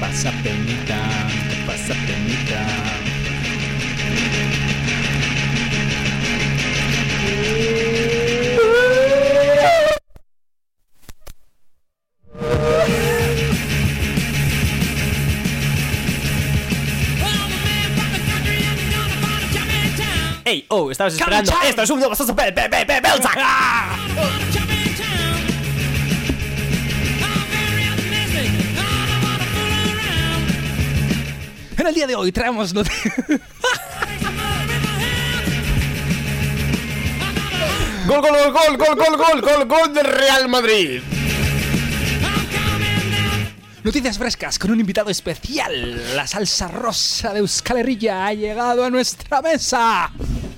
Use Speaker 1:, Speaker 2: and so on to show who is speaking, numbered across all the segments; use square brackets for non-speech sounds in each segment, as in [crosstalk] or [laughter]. Speaker 1: pasa penita, te pasa penita. Ey, oh, estabas esperando.
Speaker 2: Chan.
Speaker 1: Esto es un nuevo Sosa Be- Be- Be- Be- Belzac. [laughs] ¡Ah!
Speaker 2: En el día de hoy traemos [laughs] noticias.
Speaker 3: Gol, gol, gol, gol, gol, gol, gol, gol, gol del Real Madrid.
Speaker 2: Noticias frescas con un invitado especial. La salsa rosa de Euskal Herria ha llegado a nuestra mesa.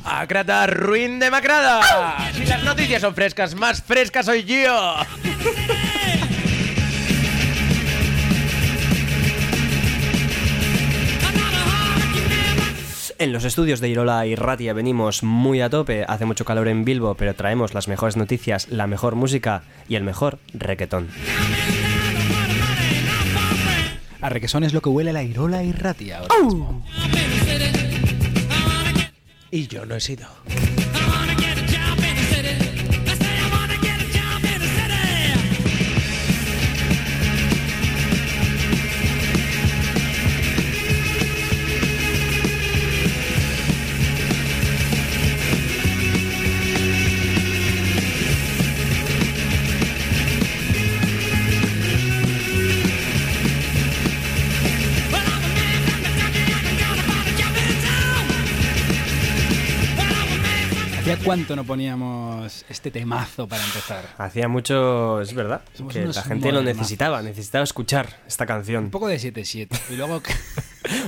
Speaker 4: Acrata ruin de Macrada. Si las noticias son frescas, más fresca soy yo.
Speaker 1: En los estudios de Irola y Ratia venimos muy a tope. Hace mucho calor en Bilbo, pero traemos las mejores noticias, la mejor música y el mejor requetón.
Speaker 2: A requesón es lo que huele la irola y ratia ahora mismo.
Speaker 4: Y yo no he sido.
Speaker 2: ¿Hacía cuánto no poníamos este temazo para empezar?
Speaker 1: Hacía mucho, es verdad,
Speaker 2: Somos
Speaker 1: que
Speaker 2: unos
Speaker 1: la gente lo
Speaker 2: modernazos.
Speaker 1: necesitaba, necesitaba escuchar esta canción.
Speaker 2: Un poco de 7-7. Y luego.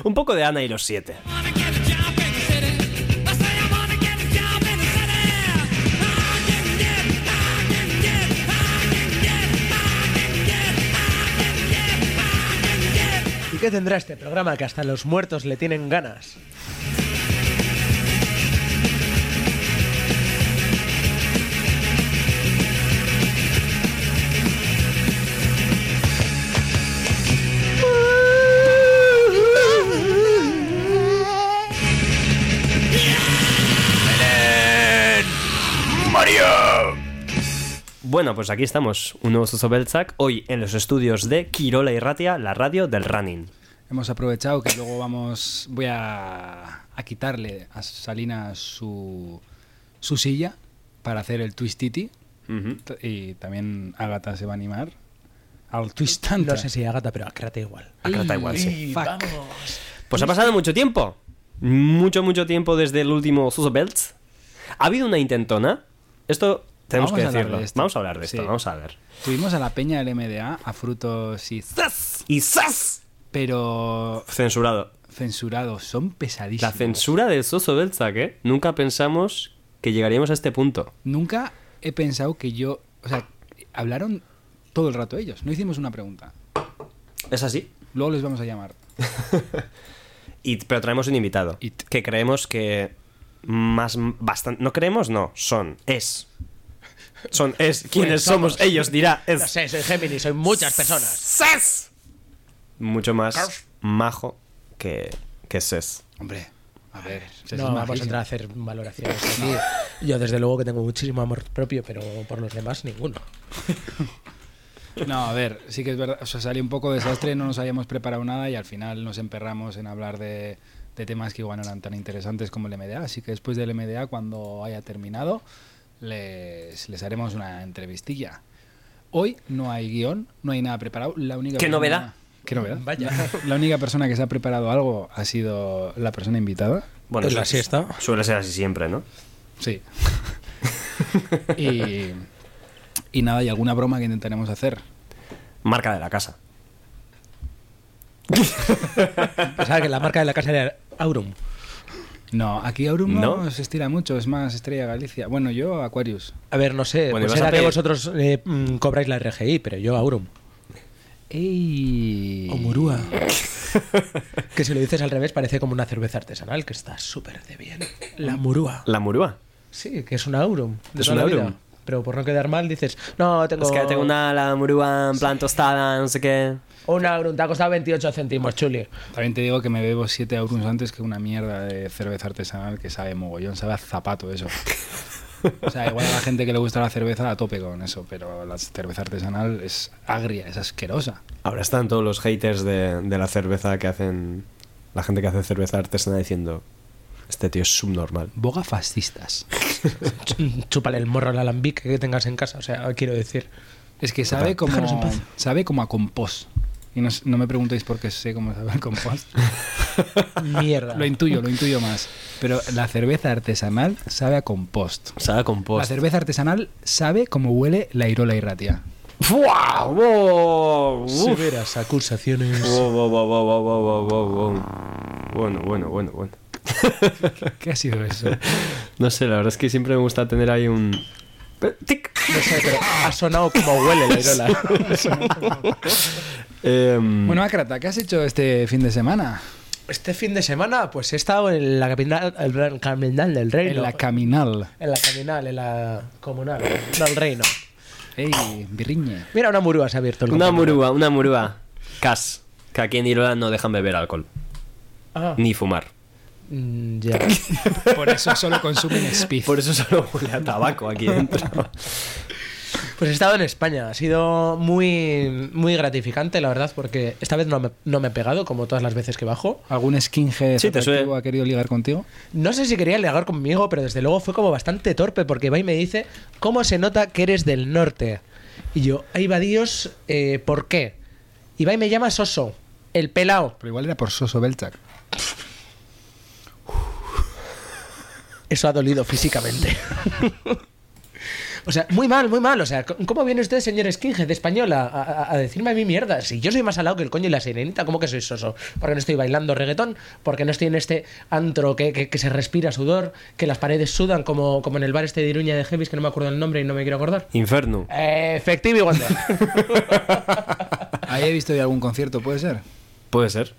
Speaker 1: Un poco de Ana y los siete.
Speaker 4: ¿Y qué tendrá este programa que hasta los muertos le tienen ganas?
Speaker 1: Bueno, pues aquí estamos, un nuevo Soso Belzac, hoy en los estudios de Quirola y Ratia, la radio del running.
Speaker 2: [laughs] Hemos aprovechado que luego vamos. Voy a, a quitarle a Salina su, su silla para hacer el twistiti. T- Y también Agatha se va a animar al twistante.
Speaker 4: No sé si Agata, pero Acrata igual.
Speaker 1: Acrata igual, sí.
Speaker 2: Fuck.
Speaker 1: Pues ha pasado mucho tiempo. Mucho, mucho tiempo desde el último Suso Belts. Ha habido una intentona. Esto tenemos
Speaker 2: Vamos a
Speaker 1: que
Speaker 2: hablar
Speaker 1: decirlo.
Speaker 2: de esto.
Speaker 1: vamos a hablar de esto,
Speaker 2: Sí.
Speaker 1: vamos a ver.
Speaker 2: Tuvimos a la peña del MDA, a frutos y. z-
Speaker 1: ¡Zas! ¡Y zas!
Speaker 2: Pero.
Speaker 1: Censurado.
Speaker 2: Censurados, son pesadísimos.
Speaker 1: La censura del Suso Belzac, ¿eh? Nunca pensamos que llegaríamos a este punto.
Speaker 2: Nunca he pensado que yo. O sea, hablaron todo el rato ellos. No hicimos una pregunta.
Speaker 1: Es así.
Speaker 2: Luego les vamos a llamar.
Speaker 1: Y, pero traemos un invitado.
Speaker 2: It.
Speaker 1: Que creemos que más bastante. No creemos, no. Son. Es. Son
Speaker 4: [laughs]
Speaker 1: es. Quienes somos, ellos dirá. Es.
Speaker 4: No sé, soy Géminis, soy muchas personas.
Speaker 1: Ses. Mucho más majo que, que Ses.
Speaker 2: Hombre, a ver. si es
Speaker 4: No, vamos a
Speaker 2: majísimo.
Speaker 4: entrar a hacer valoraciones. ¿no? Yo desde luego que tengo muchísimo amor propio, pero por los demás ninguno.
Speaker 2: No, a ver, sí que es verdad. O sea, salió un poco desastre, no nos habíamos preparado nada y al final nos emperramos en hablar de, de temas que igual no eran tan interesantes como el MDA. Así que después del MDA, cuando haya terminado, les, les haremos una entrevistilla. Hoy no hay guión, no hay nada preparado. La única
Speaker 1: ¡Qué
Speaker 2: persona-
Speaker 1: novedad!
Speaker 2: ¡Qué novedad!
Speaker 4: Vaya.
Speaker 2: La única persona que se ha preparado algo ha sido la persona invitada.
Speaker 1: Bueno,
Speaker 4: Es la
Speaker 1: su-
Speaker 4: siesta.
Speaker 1: Suele ser así siempre, ¿no? [laughs]
Speaker 2: Sí. y, y nada, y alguna broma que intentaremos hacer.
Speaker 1: Marca de la casa.
Speaker 4: Pensaba que la marca de la casa era Aurum.
Speaker 2: No, aquí Aurum
Speaker 1: ¿No?
Speaker 2: no se estira mucho, es más Estrella Galicia. Bueno, yo Aquarius.
Speaker 4: A ver, no sé,
Speaker 1: Bueno,
Speaker 4: pues
Speaker 1: ibas a
Speaker 4: será que
Speaker 1: pedir-
Speaker 4: vosotros eh, mm, cobráis la RGI, pero yo Aurum.
Speaker 2: ¡Ey!
Speaker 1: [laughs]
Speaker 4: O Murúa. que si lo dices al revés parece como una cerveza artesanal, que está súper de bien. La Murúa.
Speaker 1: La murúa.
Speaker 4: Sí, que es una Aurum. de
Speaker 1: Es
Speaker 4: toda
Speaker 1: una
Speaker 4: la vida.
Speaker 1: Aurum.
Speaker 4: Pero por no quedar mal dices, no, tengo,
Speaker 1: Es que tengo una la murúa en plan tostada, no sé qué.
Speaker 4: una grunta costaba 28 céntimos, chuli.
Speaker 2: También te digo que me bebo 7 euros antes que una mierda de cerveza artesanal que sabe mogollón, sabe a zapato eso. O sea, igual a la gente que le gusta la cerveza a tope con eso, pero la cerveza artesanal es agria, es asquerosa.
Speaker 1: Ahora están todos los haters de, de la cerveza que hacen. La gente que hace cerveza artesana diciendo. Este tío es subnormal.
Speaker 2: Boga fascistas.
Speaker 4: Ch- Chúpale el morro al alambique que tengas en casa, o sea, quiero [laughs] decir.
Speaker 2: Es que sabe como,
Speaker 4: Déjanos en paz.
Speaker 2: sabe como a compost. Y no, s- no me preguntéis por qué sé cómo sabe a compost.
Speaker 4: Mierda.
Speaker 2: Lo intuyo, lo intuyo más. Pero la cerveza artesanal sabe a compost.
Speaker 1: Sabe con
Speaker 2: La cerveza artesanal sabe cómo huele la Irola Irratia.
Speaker 1: ¡Fua! ¡Wow! ¡Uf!
Speaker 4: Severas acusaciones.
Speaker 1: Wow, wow, wow, wow, wow, wow, wow, wow. Bueno, bueno, bueno, bueno.
Speaker 2: ¿Qué ha sido eso?
Speaker 1: No sé, la verdad es que siempre me gusta tener ahí un. ¡Tic!
Speaker 4: No sé, pero ha sonado como huele la irola.
Speaker 2: [laughs]
Speaker 1: Em,
Speaker 2: Bueno, Acrata, ¿qué has hecho este fin de semana?
Speaker 4: [laughs] Este fin de semana, pues he estado en la capital, el gran caminal del reino.
Speaker 2: En la Caminal.
Speaker 4: en la caminal, en la comunal del reino.
Speaker 2: ¡Ey, birriñe!
Speaker 4: Mira, una murúa se ha abierto. El
Speaker 1: una
Speaker 4: comunal.
Speaker 1: murúa, una murúa. Cas. Que aquí en Irlanda no dejan beber alcohol.
Speaker 4: Ah,
Speaker 1: Ni fumar.
Speaker 4: mm, ya.
Speaker 2: Por eso solo consumen speed.
Speaker 1: Por eso solo huele a tabaco aquí dentro.
Speaker 4: Pues he estado en España. Ha sido muy, muy gratificante, la verdad, porque esta vez no me, no me he pegado, como todas las veces que bajo.
Speaker 2: ¿Algún skinhead
Speaker 1: Sí, te
Speaker 2: atractivo
Speaker 1: suele.
Speaker 2: ha querido ligar contigo?
Speaker 4: No sé si quería ligar conmigo, pero desde luego fue como bastante torpe porque va y me dice, ¿cómo se nota que eres del norte? Y yo, ahí va Dios, eh, ¿por qué? Y va y me llama Soso, el pelao.
Speaker 2: Pero igual era por Soso Belchak.
Speaker 4: Eso ha dolido físicamente. [laughs] o sea, muy mal, muy mal. O sea, ¿cómo viene usted, señor Skinhead, de española, a, a- a decirme a mí mierda? Si yo soy más alado que el coño y la sirenita, ¿cómo que soy soso? Porque no estoy bailando reggaetón, porque no estoy en este antro que, que- que se respira sudor, que las paredes sudan, como, como en el bar este de Iruña de Heavis, que no me acuerdo el nombre y no me quiero acordar.
Speaker 1: Inferno.
Speaker 4: Eh, Efectivo y Wonder.
Speaker 1: [laughs]
Speaker 2: Ahí he visto ya algún concierto, ¿puede ser?
Speaker 1: Puede ser.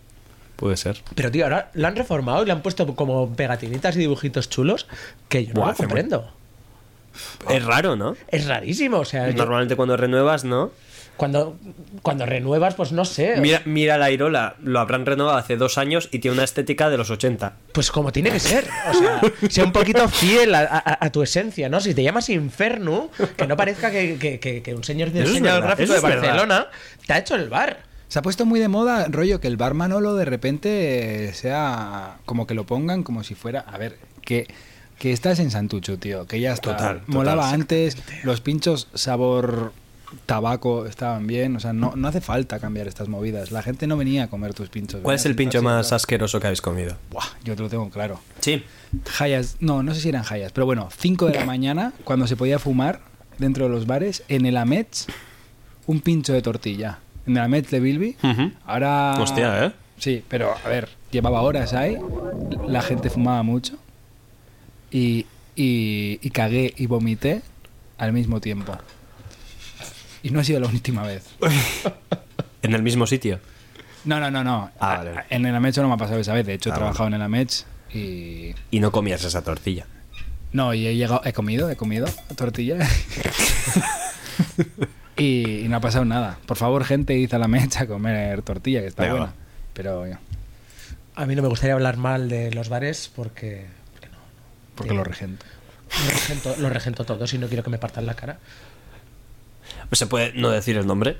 Speaker 1: Puede ser.
Speaker 4: Pero tío, ahora lo han reformado y le han puesto como pegatinitas y dibujitos chulos que yo no
Speaker 1: Buah,
Speaker 4: lo
Speaker 1: hace muy-
Speaker 4: comprendo.
Speaker 1: Es raro, ¿no?
Speaker 4: Es rarísimo, o sea, yo-
Speaker 1: Normalmente cuando renuevas, ¿no?
Speaker 4: cuando, cuando renuevas, pues no sé.
Speaker 1: Mira, mira la Irola, lo habrán renovado hace dos años y tiene una estética de los 80.
Speaker 4: Pues como tiene que ser. O sea, sea un poquito fiel a, a- a tu esencia, ¿no? Si te llamas Inferno, que no parezca que, que- que- que un señor de
Speaker 1: Eso es
Speaker 4: diseño
Speaker 1: verdad,
Speaker 4: gráfico
Speaker 1: eso
Speaker 4: de
Speaker 1: es verdad.
Speaker 4: Barcelona te ha hecho el bar.
Speaker 2: Se ha puesto muy de moda, rollo, que el bar Manolo de repente eh, sea como que lo pongan como si fuera. A ver, que, que estás en Santucho, tío, que ya está.
Speaker 1: Total, total,
Speaker 2: Molaba antes, los pinchos sabor tabaco estaban bien, o sea, no, no hace falta cambiar estas movidas. La gente no venía a comer tus pinchos.
Speaker 1: ¿Cuál
Speaker 2: venía
Speaker 1: es
Speaker 2: a
Speaker 1: el pincho
Speaker 2: sentarse
Speaker 1: más
Speaker 2: a-
Speaker 1: asqueroso que habéis comido?
Speaker 2: Buah, yo te lo tengo claro.
Speaker 1: Sí.
Speaker 2: Hayas, no, no sé si eran Hayas, pero bueno, 5 de la mañana, cuando se podía fumar dentro de los bares, en el Amets, un pincho de tortilla. En el Amets de Bilby,
Speaker 1: Ujú.
Speaker 2: ahora...
Speaker 1: Hostia, ¿eh?
Speaker 2: Sí, pero a ver, llevaba horas ahí, la gente fumaba mucho y, y, y cagué y vomité al mismo tiempo. Y no ha sido la última vez.
Speaker 1: En el mismo sitio.
Speaker 2: No, no, no, no.
Speaker 1: Ah, vale, vale.
Speaker 2: En el Amets no me ha pasado esa vez, de hecho he
Speaker 1: Ah,
Speaker 2: trabajado en el Amets y...
Speaker 1: Y no comías esa tortilla.
Speaker 2: No, y he llegado, he comido, he comido
Speaker 1: [laughs]
Speaker 2: tortilla. y, y no ha pasado nada. Por favor, gente, id a la mecha a comer tortilla, que está
Speaker 1: Venga,
Speaker 2: buena.
Speaker 1: va.
Speaker 2: Pero eh,
Speaker 4: A mí no me gustaría hablar mal de los bares porque
Speaker 2: porque
Speaker 4: Sí.
Speaker 2: lo regento.
Speaker 4: lo regento, lo regento todo si no quiero que me partan la cara.
Speaker 1: ¿Se puede no decir el nombre?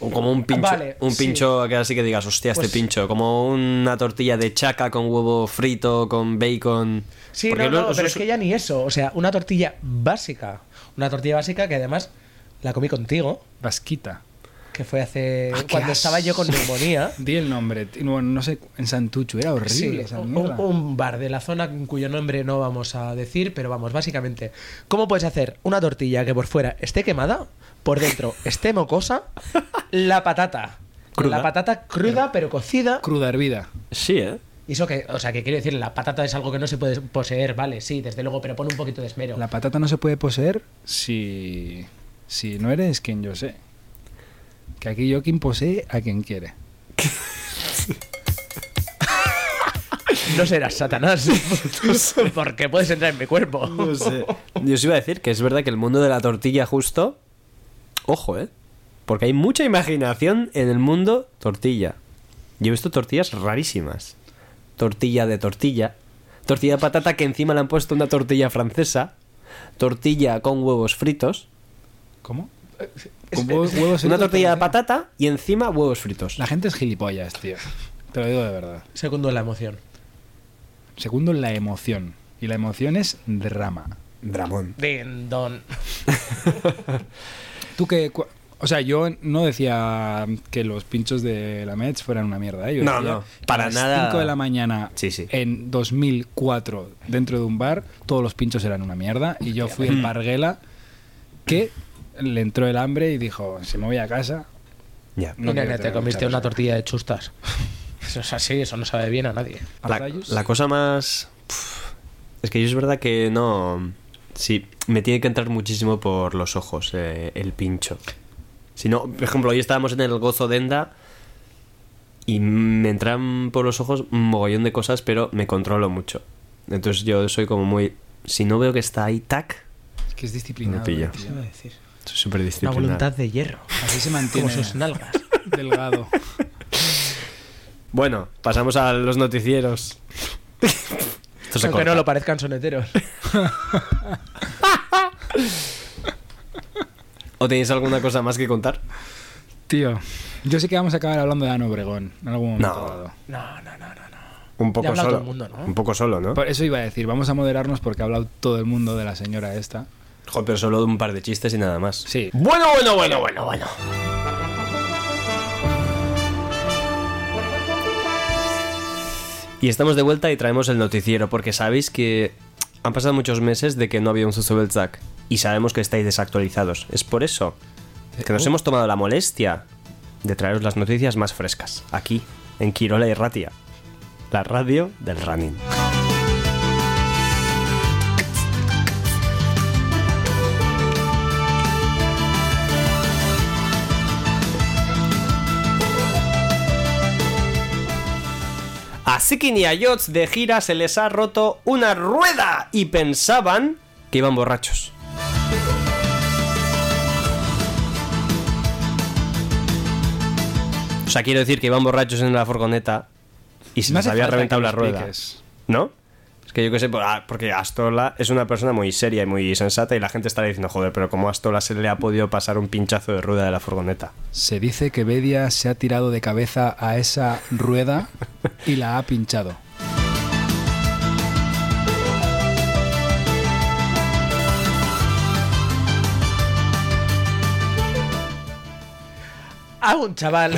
Speaker 1: O como un pincho,
Speaker 4: Vale,
Speaker 1: un
Speaker 4: sí.
Speaker 1: pincho que así que digas, hostia,
Speaker 4: Pues-
Speaker 1: este pincho. Como una tortilla de chaca con huevo frito, con bacon.
Speaker 4: Sí,
Speaker 1: Porque
Speaker 4: no, no,
Speaker 1: eso
Speaker 4: pero es que ya ni eso. O sea, una tortilla básica. Una tortilla básica que además la comí contigo,
Speaker 2: Vasquita.
Speaker 4: que fue hace.
Speaker 2: Ah, qué
Speaker 4: cuando estaba yo con neumonía.
Speaker 2: Di el nombre. t- Bueno, no sé, en Santucho era horrible
Speaker 4: Sí,
Speaker 2: esa
Speaker 4: un,
Speaker 2: mierda.
Speaker 4: un bar de la zona cuyo nombre no vamos a decir, pero vamos, básicamente, ¿cómo puedes hacer una tortilla que por fuera esté quemada,
Speaker 2: [laughs]
Speaker 4: por dentro esté mocosa, la patata?
Speaker 1: Cruda.
Speaker 4: La patata cruda pero cocida.
Speaker 2: Cruda hervida.
Speaker 1: Sí, ¿eh?
Speaker 4: Y eso que, o sea, que quiero decir, la patata es algo que no se puede poseer, vale, sí, desde luego, pero pone un poquito de esmero.
Speaker 2: La patata no se puede poseer si, si no eres quien yo sé. Que aquí yo quien posee a quien quiere.
Speaker 4: No serás Satanás, [laughs] porque puedes entrar en mi cuerpo. [laughs]
Speaker 1: No sé. Yo os iba a decir que es verdad que el mundo de la tortilla justo... Ojo, ¿eh? Porque hay mucha imaginación en el mundo tortilla. Yo he visto tortillas rarísimas. Tortilla de tortilla. Tortilla de patata que encima le han puesto una tortilla francesa. Tortilla con huevos fritos.
Speaker 2: ¿Cómo? Con huevos, huevos
Speaker 1: Eh, Una
Speaker 2: fritos,
Speaker 1: tortilla de
Speaker 2: pero-
Speaker 1: patata y encima huevos fritos.
Speaker 2: La gente es gilipollas, tío. Te lo digo de verdad.
Speaker 4: Segundo la emoción.
Speaker 2: Segundo, la emoción. Y la emoción es drama.
Speaker 1: Dramón.
Speaker 4: Ding dong.
Speaker 2: Tú que... cu- O sea, yo no decía que los pinchos de la Mets fueran una mierda. ¿eh? Yo
Speaker 1: No,
Speaker 2: decía
Speaker 1: no,
Speaker 2: que
Speaker 1: para
Speaker 2: a las
Speaker 1: nada.
Speaker 2: 5 de la mañana
Speaker 1: Sí, sí.
Speaker 2: en 2004, dentro de un bar, todos los pinchos eran una mierda. Y yo
Speaker 1: Mm.
Speaker 2: fui el parguela que le entró el hambre y dijo, si me voy a casa...
Speaker 1: Ya.
Speaker 2: No
Speaker 4: Y nena,
Speaker 2: quiero
Speaker 4: te
Speaker 2: tener
Speaker 4: comiste
Speaker 2: mucha
Speaker 4: una
Speaker 2: cosa".
Speaker 4: tortilla de chustas. Eso es así, eso no sabe bien a nadie.
Speaker 1: La,
Speaker 2: ¿Atallos?
Speaker 1: la cosa más... Pf, Es que yo es verdad que no... Sí, me tiene que entrar muchísimo por los ojos eh, el pincho. Si no, por ejemplo, hoy estábamos en el gozo de Enda y me entran por los ojos un mogollón de cosas, pero me controlo mucho. Entonces yo soy como muy... Si no veo que está ahí, tac,
Speaker 2: Es que es disciplinado.
Speaker 1: Me pilla.
Speaker 2: tío.
Speaker 1: soy súper
Speaker 4: Una
Speaker 1: disciplinado.
Speaker 4: voluntad de hierro.
Speaker 2: Así se
Speaker 4: Como
Speaker 2: mantiene
Speaker 4: sus nalgas.
Speaker 2: delgado.
Speaker 1: Bueno, pasamos a los noticieros. Esto se
Speaker 4: Aunque
Speaker 1: corta.
Speaker 4: no lo parezcan soneteros.
Speaker 1: ¿O tenéis alguna cosa más que contar?
Speaker 2: Tío, yo sé que vamos a acabar hablando de Ana Obregón en algún momento
Speaker 1: No.
Speaker 2: dado.
Speaker 4: [laughs] No, no, no, no. no.
Speaker 1: Un
Speaker 4: Ya ha
Speaker 1: poco
Speaker 4: hablado
Speaker 1: solo.
Speaker 4: todo el mundo, ¿no?
Speaker 1: Un poco solo, ¿no?
Speaker 2: Por eso iba a decir, vamos a moderarnos porque ha hablado todo el mundo de la señora esta.
Speaker 1: Joder, pero solo un par de chistes y nada más.
Speaker 2: Sí.
Speaker 1: Bueno, bueno, bueno, bueno, bueno. Y estamos de vuelta y traemos el noticiero, porque sabéis que han pasado muchos meses de que no había un Zuzu Belzac y sabemos que estáis desactualizados. Es por eso que nos hemos tomado la molestia de traeros las noticias más frescas, aquí, en Quirola y Ratia, la radio del running. Así que ni a Yots de gira se les ha roto una rueda y pensaban que iban borrachos. O sea, quiero decir que iban borrachos en la furgoneta y se
Speaker 2: No
Speaker 1: les
Speaker 2: hace
Speaker 1: había
Speaker 2: falta
Speaker 1: reventado
Speaker 2: que
Speaker 1: la
Speaker 2: lo
Speaker 1: rueda.
Speaker 2: expliques.
Speaker 1: ¿No? Es que yo qué sé, por- ah, porque Astola es una persona muy seria y muy sensata y la gente está diciendo, joder, pero como a Astola se le ha podido pasar un pinchazo de rueda de la furgoneta.
Speaker 2: Se dice que Bedia se ha tirado de cabeza a esa rueda y la ha pinchado.
Speaker 4: A
Speaker 1: [laughs]
Speaker 4: un chaval.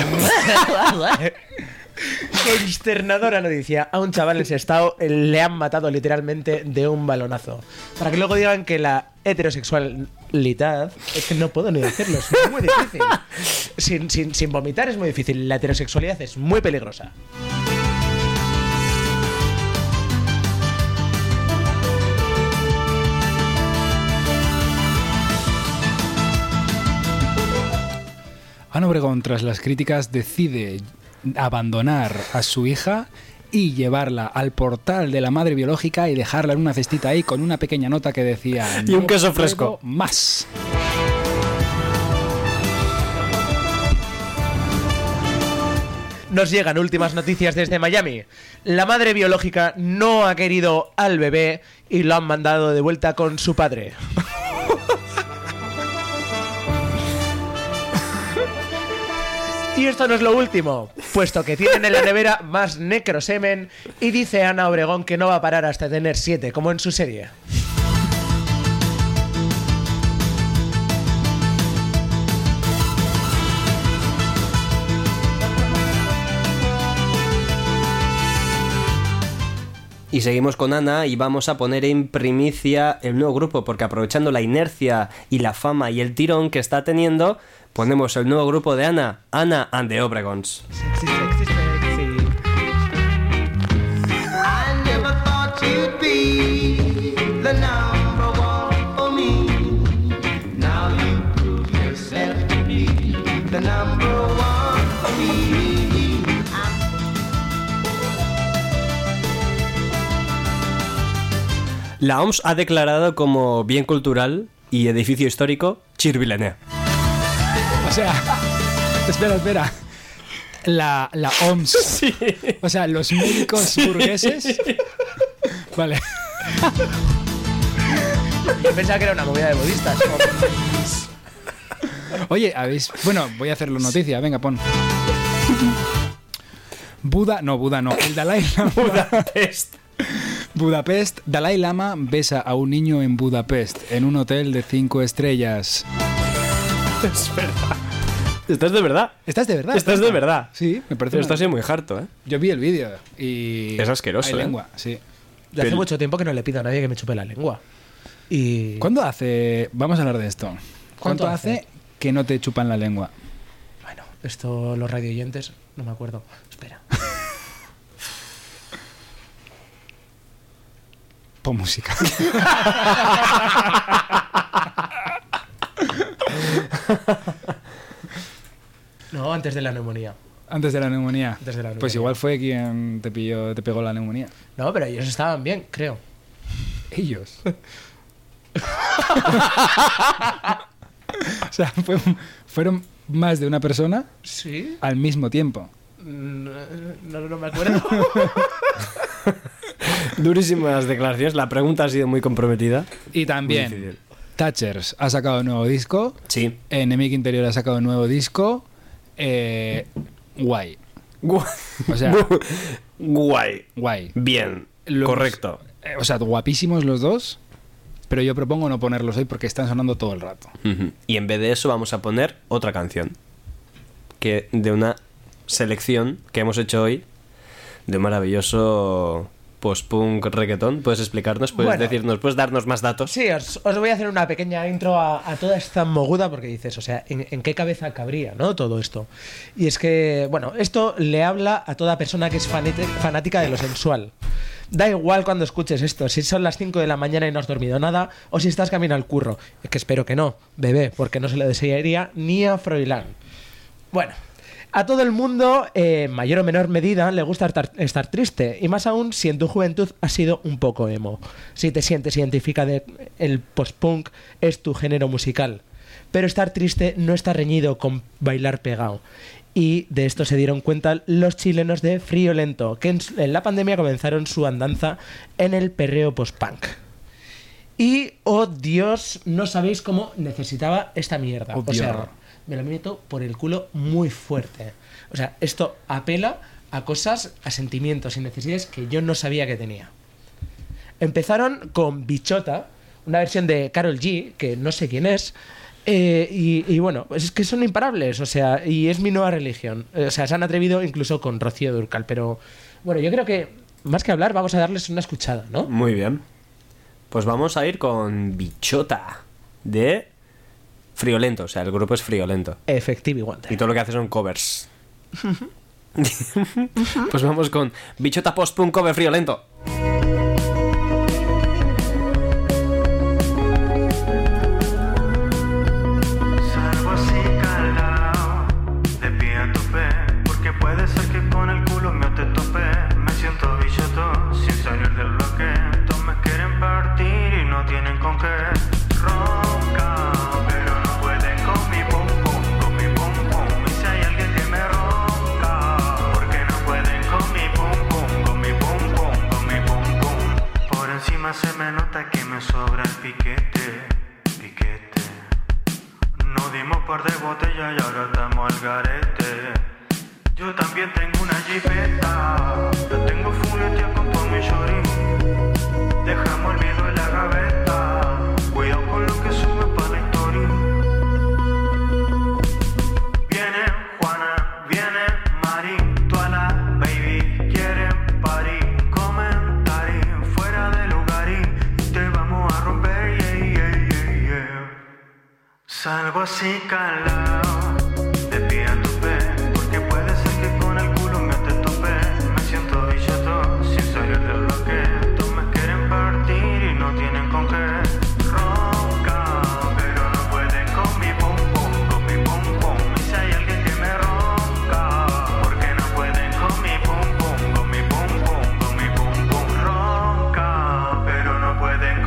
Speaker 4: [laughs] Consternadora noticia. A un chaval en Sestao le han matado literalmente de un balonazo. Para que luego digan que la heterosexualidad. Es que no puedo ni decirlo, es
Speaker 1: [laughs]
Speaker 4: muy difícil. Sin, sin- sin vomitar es muy difícil. La heterosexualidad es muy peligrosa.
Speaker 2: Ana Obregón, tras las críticas, decide abandonar a su hija y llevarla al portal de la madre biológica y dejarla en una cestita ahí con una pequeña nota que decía
Speaker 1: Y un
Speaker 2: "No
Speaker 1: queso
Speaker 2: puedo
Speaker 1: fresco".
Speaker 2: más
Speaker 4: Nos llegan últimas noticias desde Miami. La madre biológica no ha querido al bebé y lo han mandado de vuelta con su padre. Y esto no es lo último, puesto que tienen en la nevera más necrosemen y dice Ana Obregón que no va a parar hasta tener siete, como en su serie.
Speaker 1: Y seguimos con Ana y vamos a poner en primicia el nuevo grupo, porque aprovechando la inercia y la fama y el tirón que está teniendo, ponemos el nuevo grupo de Ana, Ana and the Obregons.
Speaker 5: I never thought you'd be the number one for me. Now you prove yourself to be the number one for me. I-
Speaker 1: La OMS ha declarado como bien cultural y edificio histórico Chirvilené.
Speaker 2: O sea, [laughs] espera, espera. La, la OMS.
Speaker 1: [laughs]
Speaker 2: O sea, los médicos burgueses. Vale.
Speaker 4: Yo pensaba que era una movida de budistas.
Speaker 2: Oye, habéis. Bueno, voy a hacerlo noticia. Venga, pon. Buda, no, Buda no. El Dalai
Speaker 1: [laughs]
Speaker 2: Lama.
Speaker 1: Budapest.
Speaker 2: Budapest. Dalai Lama besa a un niño en Budapest, en un hotel de cinco estrellas.
Speaker 1: Estás de verdad.
Speaker 2: ¿Estás de verdad?
Speaker 1: Estás de verdad.
Speaker 2: Sí, me parece.
Speaker 1: Pero estás
Speaker 2: una-
Speaker 1: muy harto, ¿eh?
Speaker 2: Yo vi el vídeo y.
Speaker 1: Es asqueroso,
Speaker 2: Hay
Speaker 1: ¿eh?
Speaker 2: lengua, sí.
Speaker 4: Yo hace
Speaker 1: Pero-
Speaker 4: mucho tiempo que no le pido a nadie que me chupe la lengua. Y.
Speaker 2: ¿Cuándo hace.? Vamos a hablar de esto. ¿Cuánto,
Speaker 4: ¿Cuánto
Speaker 2: hace?
Speaker 4: hace?
Speaker 2: que no te chupan la lengua?
Speaker 4: Bueno, esto los radioyentes, no me acuerdo. [laughs] Espera.
Speaker 2: Pon música.
Speaker 4: [laughs] No, antes de la neumonía.
Speaker 2: Antes de la neumonía.
Speaker 4: Antes de la
Speaker 2: Pues
Speaker 4: neumonía.
Speaker 2: igual fue quien te pilló, te pegó la neumonía.
Speaker 4: No, pero ellos estaban bien, creo.
Speaker 1: [laughs]
Speaker 2: Ellos. o sea, fue- fueron más de una persona
Speaker 4: ¿Sí?
Speaker 2: al mismo tiempo.
Speaker 4: No, no, no me acuerdo.
Speaker 1: [laughs] Durísimas declaraciones. La pregunta ha sido muy
Speaker 2: Y
Speaker 1: comprometida. Muy difícil.
Speaker 2: también, Thatchers ha sacado nuevo disco.
Speaker 1: Sí.
Speaker 2: Enemic Interior ha sacado nuevo disco. eh, guay.
Speaker 1: [laughs]
Speaker 2: O sea-
Speaker 1: Guay.
Speaker 2: Guay.
Speaker 1: Bien.
Speaker 2: Los-
Speaker 1: Correcto.
Speaker 2: Eh, o sea, guapísimos los dos. Pero yo propongo no ponerlos hoy porque están sonando todo el rato.
Speaker 1: Ujú. Y en vez de eso vamos a poner otra canción. Que de una selección que hemos hecho hoy de un maravilloso post-punk reggaetón. ¿Puedes explicarnos? ¿Puedes
Speaker 4: Bueno.
Speaker 1: decirnos? ¿Puedes darnos más datos?
Speaker 4: Sí, os, os voy a hacer una pequeña intro a, a toda esta moguda porque dices, o sea, ¿en, en qué cabeza cabría, no? Todo esto. Y es que, bueno, esto le habla a toda persona que es fanete- fanática de lo sensual. Da igual cuando escuches esto, si son las 5 de la mañana y no has dormido nada, o si estás camino al curro. Es que espero que no, bebé, porque no se lo desearía ni a Froilán. Bueno, a todo el mundo, eh, en mayor o menor medida, le gusta estar, estar triste. Y más aún si en tu juventud has sido un poco emo. Si te sientes identifica de el post-punk es tu género musical. Pero estar triste no está reñido con bailar pegado. Y de esto se dieron cuenta los chilenos de Friolento, que en, s- en la pandemia comenzaron su andanza en el perreo post-punk. Y, oh Dios, no sabéis cómo necesitaba esta mierda.
Speaker 2: Oh,
Speaker 4: o sea,
Speaker 2: Dios.
Speaker 4: me lo meto por el culo muy fuerte. O sea, esto apela a cosas, a sentimientos y necesidades que yo no sabía que tenía. Empezaron con Bichota, una versión de Carol G, que no sé quién es. eh, y, y bueno, pues es que son imparables, o sea, y es mi nueva religión. Eh, O sea, se han atrevido incluso con Rocío Durcal, pero bueno, yo creo que más que hablar, vamos a darles una escuchada,
Speaker 2: Mm.
Speaker 4: ¿no?
Speaker 1: Muy bien. Pues vamos a ir con Bichota de Friolento. O sea, el grupo es Friolento.
Speaker 4: Efectivo igual.
Speaker 1: Y todo lo que hace son covers. [laughs] pues vamos con Bichota Post-Punk Cover Friolento.
Speaker 6: Salgo así cargado de pie a tope Porque puede ser que con el culo me te tope Me siento bichoto sin salir del bloque Todos me quieren partir y no tienen con qué Ronca, pero no pueden con mi pum pum, con mi pum pum Y si hay alguien que me ronca Porque no pueden con mi pum pum, con mi pum pum, con mi pum pum Por encima se me nota que me sobra el piquete, piquete nos dimos par de botellas y ahora estamos al garete. Yo también tengo una jipeta. Yo tengo fuletia con todo mi shorty. Dejamos el miedo en la gaveta. Cuidado con lo que sube para la historia. Viene Juana, viene Mari, toda la baby quieren party, comentar y fuera de lugar y te vamos a romper, yeah, yeah, yeah, yeah. Salgo así calado, de pie a tope, porque puede ser que con el culo me te tope. Me siento bichoto, sin salir del bloque. Todos me quieren partir y no tienen con qué. Ronca, pero no pueden con mi pum pum, con mi pum pum. Y si hay alguien que me ronca, porque no pueden con mi pum pum, con mi pum pum, con mi pum pum. Ronca, pero no pueden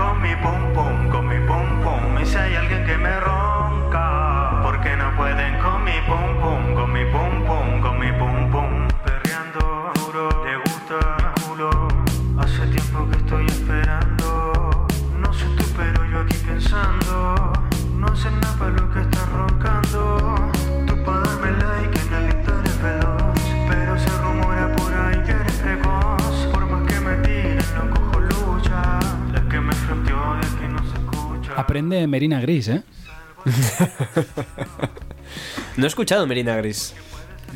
Speaker 2: de Merina Gris, ¿eh?
Speaker 1: No he escuchado Merina Gris.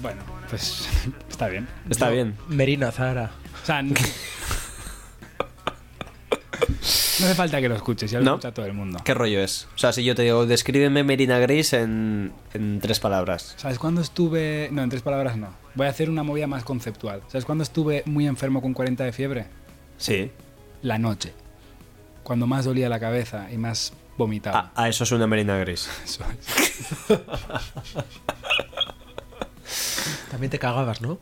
Speaker 2: Bueno, pues [laughs] está bien.
Speaker 1: Está bien.
Speaker 4: Merina Zara.
Speaker 2: O sea, n- no hace falta que lo escuches, ya lo
Speaker 1: ¿No?
Speaker 2: escucha todo el mundo.
Speaker 1: ¿Qué rollo es? O sea, si yo te digo, descríbeme Merina Gris en, en tres palabras.
Speaker 2: ¿Sabes cuándo estuve.? No, en tres palabras no. Voy a hacer una movida más conceptual. ¿Sabes cuándo estuve muy enfermo con 40 de fiebre?
Speaker 1: Sí.
Speaker 2: La noche. Cuando más dolía la cabeza y más
Speaker 1: A,
Speaker 2: vomitaba.
Speaker 1: a eso suena Merina Gris.
Speaker 2: [laughs] Eso es.
Speaker 4: También te cagabas, ¿no?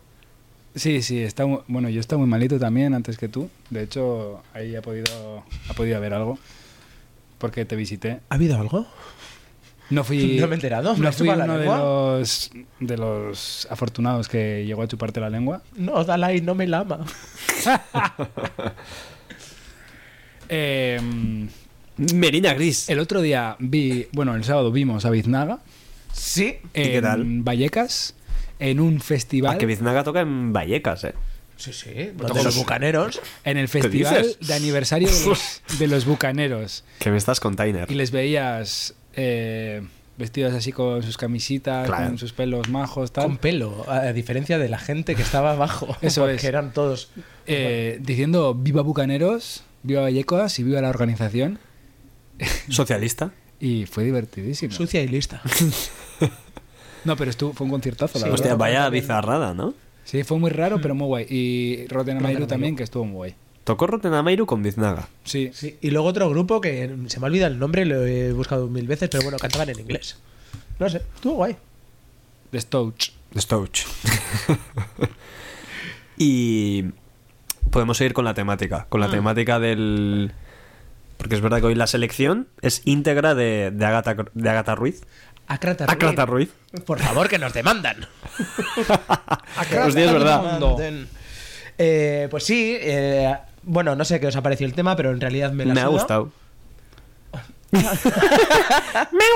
Speaker 2: Sí, sí, está mu- bueno, yo estaba muy malito también antes que tú. De hecho, ahí ha podido, ha podido haber algo. Porque te visité.
Speaker 4: ¿Ha habido algo?
Speaker 2: No fui.
Speaker 4: [laughs] No me he enterado, ¿me
Speaker 2: No
Speaker 4: has
Speaker 2: fui
Speaker 4: chupado la
Speaker 2: uno de
Speaker 4: lengua?
Speaker 2: los, de los afortunados que llegó a chuparte la lengua.
Speaker 4: No, Dalai no me lama.
Speaker 2: Eh,
Speaker 1: Merina Gris.
Speaker 2: el otro día vi, bueno, el sábado vimos a Biznaga
Speaker 4: Sí.
Speaker 2: en
Speaker 1: qué tal?
Speaker 2: Vallecas en un festival.
Speaker 4: Ah,
Speaker 1: A que Biznaga toca en Vallecas, eh.
Speaker 4: Sí, sí.
Speaker 1: todos-
Speaker 4: Todos los bucaneros.
Speaker 2: En el festival
Speaker 1: dices?
Speaker 2: de aniversario de
Speaker 4: [laughs]
Speaker 2: los, de los bucaneros.
Speaker 1: Que me estás container.
Speaker 2: Y les veías eh, vestidos así con sus camisitas,
Speaker 1: Claro.
Speaker 2: con sus pelos majos, tal.
Speaker 4: Con pelo, a a diferencia de la gente que estaba abajo.
Speaker 2: Eso
Speaker 4: porque
Speaker 2: es.
Speaker 4: eran todos.
Speaker 2: Eh, diciendo viva Bucaneros, viva Vallecas y viva la organización.
Speaker 1: [laughs] Socialista.
Speaker 2: Y fue divertidísimo.
Speaker 4: Sucia y lista.
Speaker 2: No, pero estuvo, fue un conciertazo, la
Speaker 1: Hostia,
Speaker 2: verdad.
Speaker 1: vaya bizarrada, ¿no?
Speaker 2: Sí, fue muy raro, pero muy guay. Y Rotten Amairu
Speaker 4: Amairu.
Speaker 2: también, que estuvo muy guay.
Speaker 1: Tocó Rotenameiru con Biznaga.
Speaker 2: Sí.
Speaker 4: [laughs] Sí, y luego otro grupo que se me olvida el nombre, lo he buscado mil veces, pero bueno, cantaban en inglés. No sé, estuvo guay.
Speaker 2: The Stouch.
Speaker 1: Stouch. [laughs] y podemos seguir con la temática. Con la temática del. Porque es verdad que hoy la selección es íntegra de, de, Agatha, de Agatha Ruiz.
Speaker 4: Acrata Ruiz.
Speaker 1: Agatha Ruiz.
Speaker 4: Por favor, que nos [laughs] demandan. Pues
Speaker 1: Hostia, es verdad.
Speaker 2: Mundo.
Speaker 4: Eh, pues sí, eh, bueno, no sé qué os ha parecido el tema, pero en realidad me, la
Speaker 1: Me ha
Speaker 4: suda.
Speaker 1: gustado.
Speaker 4: Me ha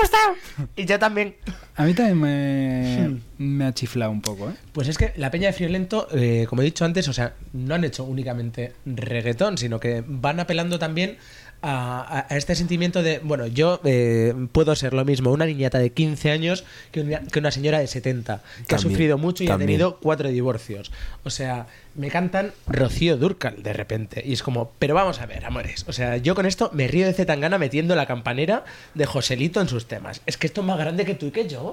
Speaker 4: gustado. Y yo también.
Speaker 2: A mí también me, me ha chiflado un poco, ¿eh?
Speaker 4: Pues es que la Peña de Friolento, eh, como he dicho antes, o sea, no han hecho únicamente reggaetón, sino que van apelando también a, a- a este sentimiento de, bueno, yo eh, puedo ser lo mismo una niñata de 15 años que una, que una señora de 70, que ha
Speaker 1: También,
Speaker 4: sufrido mucho y
Speaker 1: también.
Speaker 4: ha tenido cuatro divorcios. O sea, me cantan Rocío Durcal de repente. Y es como, pero vamos a ver, amores. O sea, yo con esto me río de Zetangana metiendo la campanera de Joselito en sus temas. Es que esto es más grande que tú y que yo.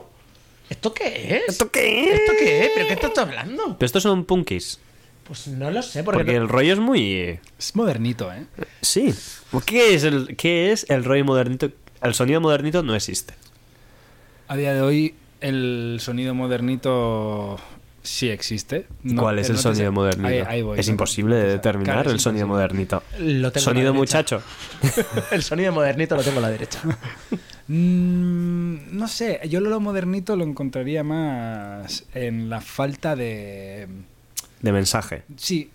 Speaker 4: ¿Esto qué es?
Speaker 1: ¿Esto qué es?
Speaker 4: ¿Esto qué es? ¿Pero qué estás hablando?
Speaker 1: Pero estos son punkis.
Speaker 4: Pues no lo sé, porque,
Speaker 1: Porque el rollo es muy.
Speaker 2: Es modernito, ¿eh?
Speaker 1: Sí. ¿Qué es el, qué es el rollo modernito? El sonido modernito no existe.
Speaker 2: A día de hoy, el sonido modernito sí existe. No- eh,
Speaker 1: ¿Cuál es
Speaker 2: no
Speaker 1: el
Speaker 2: te
Speaker 1: sonido
Speaker 2: sé-
Speaker 1: modernito?
Speaker 2: Ahí- ahí voy,
Speaker 1: es
Speaker 2: no-
Speaker 1: imposible
Speaker 2: no
Speaker 1: de
Speaker 2: te sé.
Speaker 1: determinar
Speaker 2: Claro, es
Speaker 1: el sonido
Speaker 2: imposible.
Speaker 1: modernito.
Speaker 4: Lo tengo a
Speaker 1: Sonido
Speaker 4: la
Speaker 1: muchacho.
Speaker 4: derecha. [laughs] el sonido modernito lo tengo a la derecha.
Speaker 2: Mm, no sé, yo lo modernito lo encontraría más en la falta de...
Speaker 1: De mensaje.
Speaker 2: Sí,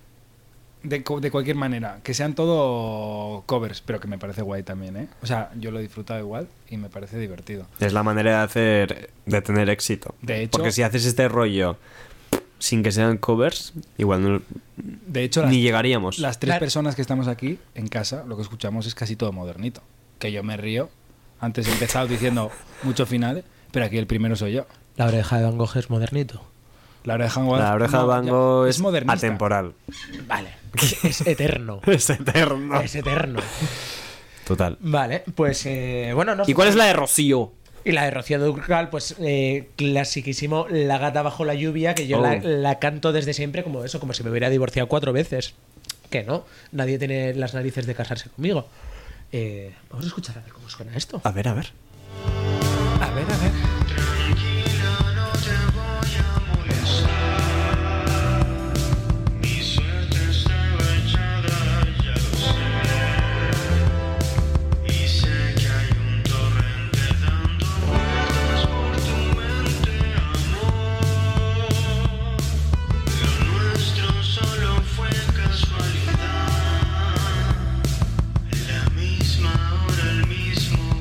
Speaker 2: de, cu- de cualquier manera. Que sean todo covers, pero que me parece guay también, ¿eh? O sea, yo lo he disfrutado igual y me parece divertido.
Speaker 1: Es la manera de hacer, de tener éxito.
Speaker 2: De hecho-
Speaker 1: Porque si haces este rollo sin que sean covers, igual no-
Speaker 2: De hecho, las,
Speaker 1: ni llegaríamos.
Speaker 2: las tres
Speaker 4: Claro.
Speaker 2: personas que estamos aquí en casa, lo que escuchamos es casi todo modernito. Que yo me río. Antes he empezado diciendo muchos finales, pero aquí el primero soy yo.
Speaker 4: La oreja de Van Gogh es modernito.
Speaker 2: La oreja de Van Gogh-
Speaker 1: La oreja de
Speaker 2: no,
Speaker 1: Van
Speaker 2: ya-
Speaker 1: Gogh
Speaker 2: es
Speaker 1: es,
Speaker 2: modernista.
Speaker 1: atemporal. [laughs]
Speaker 4: Vale. [laughs] Es eterno.
Speaker 1: Es eterno.
Speaker 4: Es eterno.
Speaker 1: Total.
Speaker 4: Vale, pues eh, bueno, no
Speaker 1: ¿Y cuál es la de Rocío?
Speaker 4: Y la de Rocío Durcal, pues eh, clasiquísimo, La gata bajo la lluvia, que yo
Speaker 1: Oh.
Speaker 4: la, la canto desde siempre como eso, como si me hubiera divorciado cuatro veces. Que no, nadie tiene las narices de casarse conmigo. Eh, vamos a escuchar a ver cómo suena esto.
Speaker 1: A ver, a ver.
Speaker 4: A ver, a ver.
Speaker 6: Tranquila, no te voy a molestar. Mi suerte estaba echada, ya lo sé. Y sé que hay un torrente dando vueltas por tu mente, amor. Lo nuestro solo fue casualidad. La misma hora, el mismo lugar.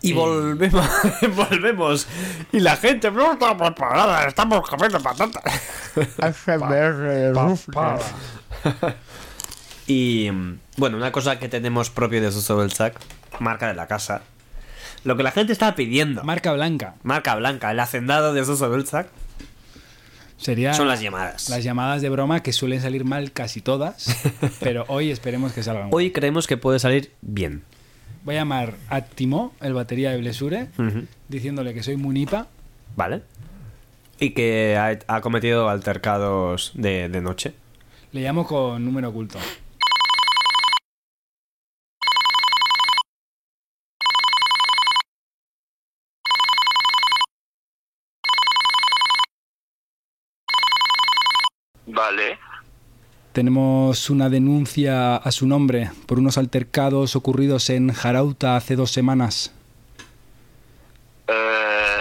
Speaker 1: Y volvemos, [laughs] volvemos. Y la gente, no estamos pagadas, estamos comiendo patatas. Y mm, bueno, una cosa que tenemos propio de Suso del Sac, marca de la casa. Lo que la gente estaba pidiendo,
Speaker 2: Marca blanca.
Speaker 1: marca blanca, el hacendado de Suso del Sac,
Speaker 2: Sería
Speaker 1: son Ah, las llamadas.
Speaker 2: las llamadas de broma que suelen salir mal casi
Speaker 1: [laughs]
Speaker 2: todas, pero hoy esperemos que salgan.
Speaker 1: Hoy creemos que puede salir bien.
Speaker 2: bien. Voy a llamar a Timó, el batería de Blesure,
Speaker 1: Ujú.
Speaker 2: diciéndole que soy munipa.
Speaker 1: ¿Vale? Y que ha, ha cometido altercados de, de noche.
Speaker 2: Le llamo con número oculto.
Speaker 7: Vale.
Speaker 2: Tenemos una denuncia a su nombre por unos altercados ocurridos en Jarauta hace dos semanas.
Speaker 7: Eh,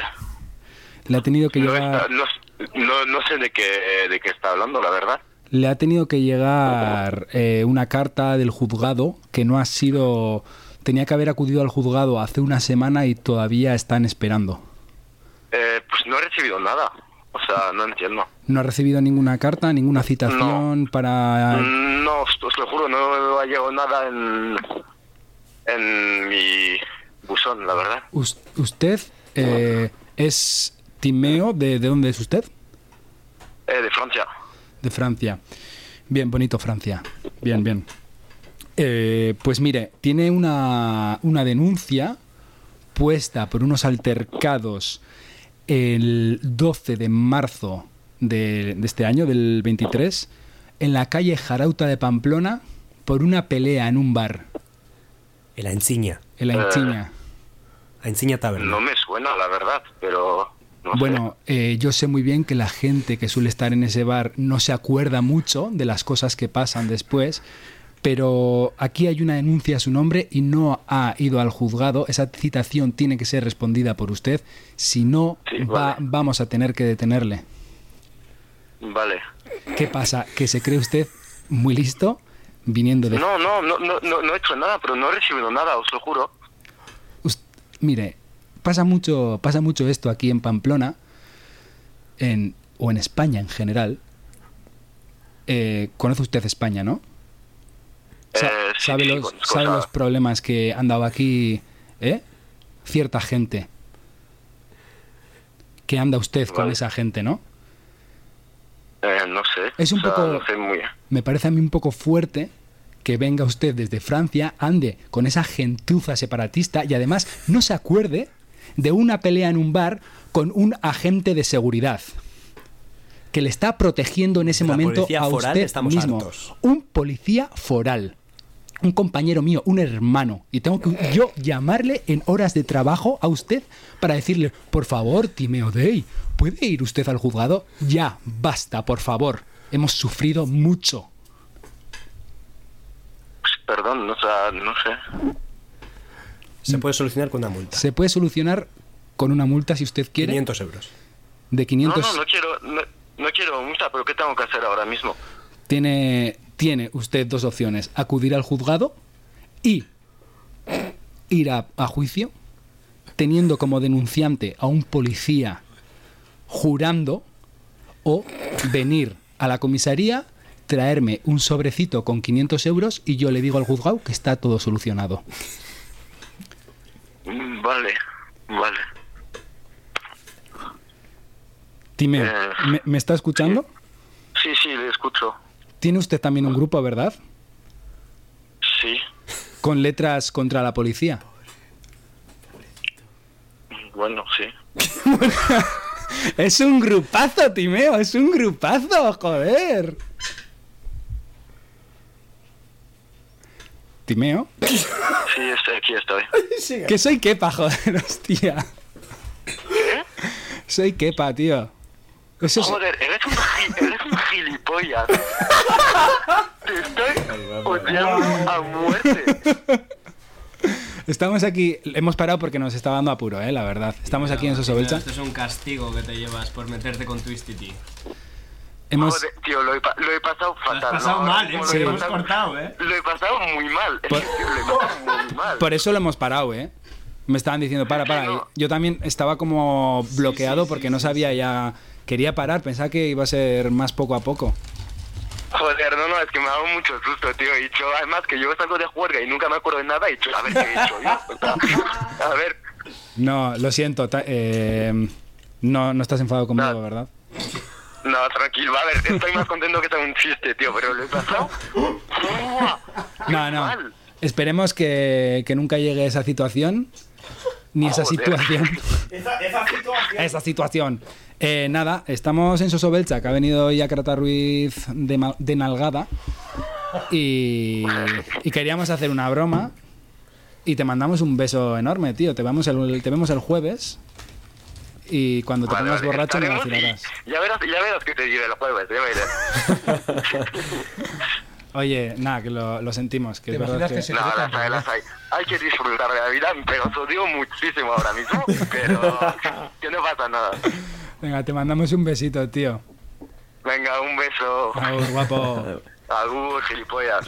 Speaker 2: Le ha tenido que
Speaker 7: no,
Speaker 2: llegar,
Speaker 7: está- no, no- no sé de qué, de qué está hablando, la verdad.
Speaker 2: le ha tenido que llegar eh, una carta del juzgado que no ha sido, tenía que haber acudido al juzgado hace una semana y todavía están esperando.
Speaker 7: Eh, pues no he recibido nada. O sea, no entiendo.
Speaker 2: No ha recibido ninguna carta, ninguna citación para.
Speaker 7: No, os, os lo juro, no ha llegado nada en, en mi buzón, la verdad.
Speaker 2: Us- usted eh, es Timeo, ¿de, de dónde es usted?
Speaker 7: Eh, de Francia.
Speaker 2: De Francia. Bien, bonito Francia. Bien, bien. Eh, pues mire, tiene una, una denuncia puesta por unos altercados el 12 de marzo de, de este año, del 23, en la calle Jarauta de Pamplona por una pelea en un bar,
Speaker 1: En la enseña.
Speaker 2: en la Inchiña.
Speaker 1: La enseña taberna.
Speaker 7: No me suena, la verdad, pero... No sé.
Speaker 2: Bueno, eh, yo sé muy bien que la gente que suele estar en ese bar no se acuerda mucho de las cosas que pasan después, pero aquí hay una denuncia a su nombre y no ha ido al juzgado. Esa citación tiene que ser respondida por usted, si no,
Speaker 7: Sí,
Speaker 2: va-
Speaker 7: vale.
Speaker 2: vamos a tener que detenerle.
Speaker 7: Vale.
Speaker 2: ¿Qué pasa? ¿Que se cree usted muy listo viniendo de...
Speaker 7: No, no, no, no, no, no he hecho nada, pero no he recibido nada, os lo juro.
Speaker 2: Us- mire, pasa mucho, pasa mucho esto aquí en Pamplona, en, o en España en general. Eh, conoce usted España, ¿no? Sa-
Speaker 7: Eh, sí,
Speaker 2: sabe
Speaker 7: sí,
Speaker 2: los,
Speaker 7: conozco,
Speaker 2: sabe
Speaker 7: o sea,
Speaker 2: los problemas que han dado aquí ¿eh? cierta gente. ¿Qué anda usted con
Speaker 7: Vale.
Speaker 2: esa gente, no?
Speaker 7: eh, no sé.
Speaker 2: Es un
Speaker 7: o sea,
Speaker 2: poco-
Speaker 7: no sé muy...
Speaker 2: Me parece a mí un poco fuerte que venga usted desde Francia, ande con esa gentuza separatista y además no se acuerde de una pelea en un bar con un agente de seguridad que le está protegiendo en ese
Speaker 1: De la
Speaker 2: momento
Speaker 1: policía
Speaker 2: a
Speaker 1: foral
Speaker 2: usted
Speaker 1: estamos
Speaker 2: mismo.
Speaker 1: hartos.
Speaker 2: Un policía foral, un compañero mío, un hermano y tengo que yo llamarle en horas de trabajo a usted para decirle, por favor, Timeo Day, ¿puede ir usted al juzgado? Ya, basta, por favor. Hemos sufrido mucho.
Speaker 7: Pues, perdón, o sea, no sé.
Speaker 1: Se puede solucionar con una multa.
Speaker 2: Se puede solucionar con una multa si usted quiere
Speaker 1: 500 euros.
Speaker 2: de 500.
Speaker 7: No, no, no quiero, no, no quiero multa, pero ¿qué tengo que hacer ahora mismo?
Speaker 2: Tiene tiene usted dos opciones, acudir al juzgado y ir a, a juicio teniendo como denunciante a un policía jurando o venir a la comisaría, traerme un sobrecito con 500 euros y yo le digo al juzgado que está todo solucionado.
Speaker 7: Mm, Vale, vale.
Speaker 2: Timeo,
Speaker 7: Eh,
Speaker 2: ¿me, me está escuchando?
Speaker 7: Sí, sí, le escucho.
Speaker 2: Tiene usted también un grupo, ¿verdad?
Speaker 7: Sí,
Speaker 2: Con letras contra la policía.
Speaker 7: bueno, sí.
Speaker 2: Es un grupazo, Timeo, es un grupazo, joder. Timeo,
Speaker 7: Sí, estoy, aquí estoy.
Speaker 2: que soy quepa, joder, [laughs] hostia.
Speaker 1: ¿Eh?
Speaker 2: Soy quepa, tío. Eso es-
Speaker 7: Joder, eres un, gi- eres un
Speaker 2: [laughs]
Speaker 7: gilipollas. Te estoy odiando a muerte.
Speaker 2: estamos aquí, hemos parado porque nos estaba dando apuro, eh, la verdad. Estamos aquí en Sosobelcha.
Speaker 1: es un castigo que te llevas por meterte con Twistity.
Speaker 2: Hemos,
Speaker 7: Joder, eh, tío, lo he, pa- lo he pasado fatal.
Speaker 1: has pasado
Speaker 7: ¿no?
Speaker 1: mal, ¿eh?
Speaker 7: Lo he
Speaker 1: Sí.
Speaker 7: pasado-
Speaker 1: Cortado, ¿eh?
Speaker 2: [laughs]
Speaker 7: Lo he pasado muy mal. Es que, tío, lo he pasado muy mal.
Speaker 2: por eso lo hemos parado, eh. me estaban diciendo, para, para. Y Yo también estaba como bloqueado porque no sabía ya. Quería parar, pensaba que iba a ser más poco a poco.
Speaker 7: Joder, no, no, es que me ha dado mucho susto, tío. Y yo, además, que yo salgo de juerga y nunca me acuerdo de nada. Y yo, a ver qué he hecho. yo, o sea, a ver,
Speaker 2: No, lo siento. ta- eh, no, no estás enfadado conmigo,
Speaker 7: Nada.
Speaker 2: ¿verdad?
Speaker 7: no, tranquilo. A ver, estoy más contento que sea un chiste, tío. Pero lo he pasado. ¡Buah! ¡Qué
Speaker 2: No, no.
Speaker 7: mal!
Speaker 2: Esperemos que, que nunca llegue esa situación. Ni esa
Speaker 7: Joder.
Speaker 2: situación. esa situación. Eh, nada, estamos en Sosovelsha, que ha venido hoy a Crata Ruiz de, ma- de Nalgada. Y, y queríamos hacer una broma. Y te mandamos un beso enorme, tío. Te, vamos el, te vemos el jueves. Y cuando te
Speaker 7: Vale,
Speaker 2: pongas
Speaker 7: vale,
Speaker 2: borracho, me
Speaker 7: estaremos
Speaker 2: vacilarás.
Speaker 7: y Ya verás, ya verás que te diré la jueves, ya verás.
Speaker 2: Oye, nada, que lo, lo sentimos. Que
Speaker 4: ¿Te
Speaker 2: es verdad
Speaker 4: imaginas que
Speaker 2: que-
Speaker 4: se-
Speaker 7: No, las hay, las hay. Hay que disfrutar de la vida, pero os lo digo muchísimo ahora mismo, pero que no pasa nada.
Speaker 2: Venga, te mandamos un besito, tío.
Speaker 7: Venga, un beso.
Speaker 2: Agur, guapo.
Speaker 7: Agur, gilipollas.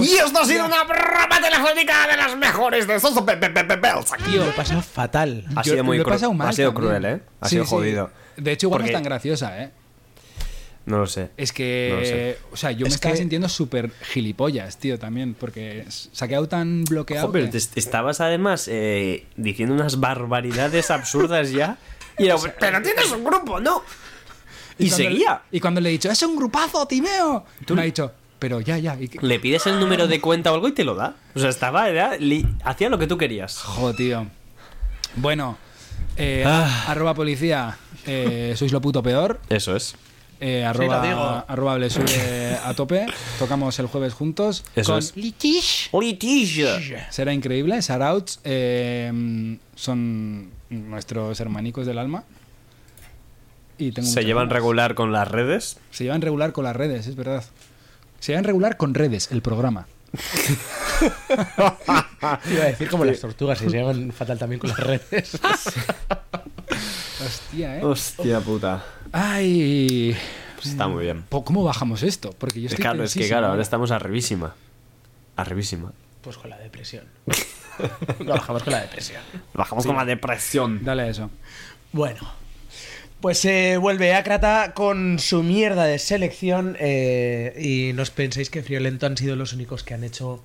Speaker 3: Y esto ha sido una broma telefónica de las mejores de Soso Pe- Pe- Pe- Pe- Bells.
Speaker 4: Tío, lo he pasado fatal.
Speaker 1: Ha
Speaker 2: Yo
Speaker 1: sido muy
Speaker 2: lo he
Speaker 1: cru-
Speaker 2: pasado mal
Speaker 1: Ha sido
Speaker 2: también.
Speaker 1: cruel, ¿eh? Ha
Speaker 2: Sí,
Speaker 1: sido
Speaker 2: sí.
Speaker 1: jodido.
Speaker 2: De hecho, igual
Speaker 1: Porque-
Speaker 2: no es tan graciosa, ¿eh?
Speaker 1: No lo sé.
Speaker 2: Es que,
Speaker 1: No lo sé.
Speaker 2: o sea, yo
Speaker 4: Es
Speaker 2: me estaba
Speaker 4: que-
Speaker 2: sintiendo súper gilipollas, tío, también, porque s- se ha quedado tan bloqueado.
Speaker 1: Ojo, pero
Speaker 2: que-
Speaker 1: te est- estabas además eh, diciendo unas barbaridades absurdas [laughs] ya. Y era, pero tienes un grupo, ¿no? Y,
Speaker 2: cuando le-
Speaker 1: seguía.
Speaker 2: y cuando le he dicho, es un grupazo, Timeo, tú me has dicho, pero ya, ya. Y que-
Speaker 1: Le pides el número de cuenta o algo y te lo da. O sea, estaba, era, li- hacía lo que tú querías.
Speaker 2: Joder, tío. Bueno, eh,
Speaker 1: Ah.
Speaker 2: arroba policía, eh, sois lo puto peor.
Speaker 1: Eso es.
Speaker 2: Eh, arroba, arroba Blesure a tope. Tocamos el jueves juntos.
Speaker 1: Eso
Speaker 2: con
Speaker 1: es.
Speaker 2: Litish.
Speaker 1: ¡Litigio!
Speaker 2: Será increíble. Shoutouts eh, son nuestros hermanicos del alma. Y tengo
Speaker 1: Se
Speaker 2: muchas
Speaker 1: llevan
Speaker 2: ganas.
Speaker 1: regular con las redes.
Speaker 2: Se llevan regular con las redes, es verdad. Se llevan regular con redes, el programa.
Speaker 4: Iba a decir como las tortugas que se llaman fatal también con las redes.
Speaker 2: Hostia, ¿eh?
Speaker 1: Hostia puta.
Speaker 2: Ay.
Speaker 1: Está muy bien.
Speaker 2: po- ¿Cómo bajamos esto? Porque yo
Speaker 1: Es,
Speaker 2: estoy
Speaker 1: claro, es que
Speaker 2: tensísimo. ¿eh?
Speaker 1: claro, ahora estamos arribísima. Arribísima.
Speaker 4: Pues con la [laughs] depresión. Lo bajamos con la depresión.
Speaker 1: Bajamos con la depresión.
Speaker 2: Dale a eso.
Speaker 4: Bueno, pues eh, vuelve Ácrata con su mierda de selección eh, y no os penséis que Friolento han sido los únicos que han hecho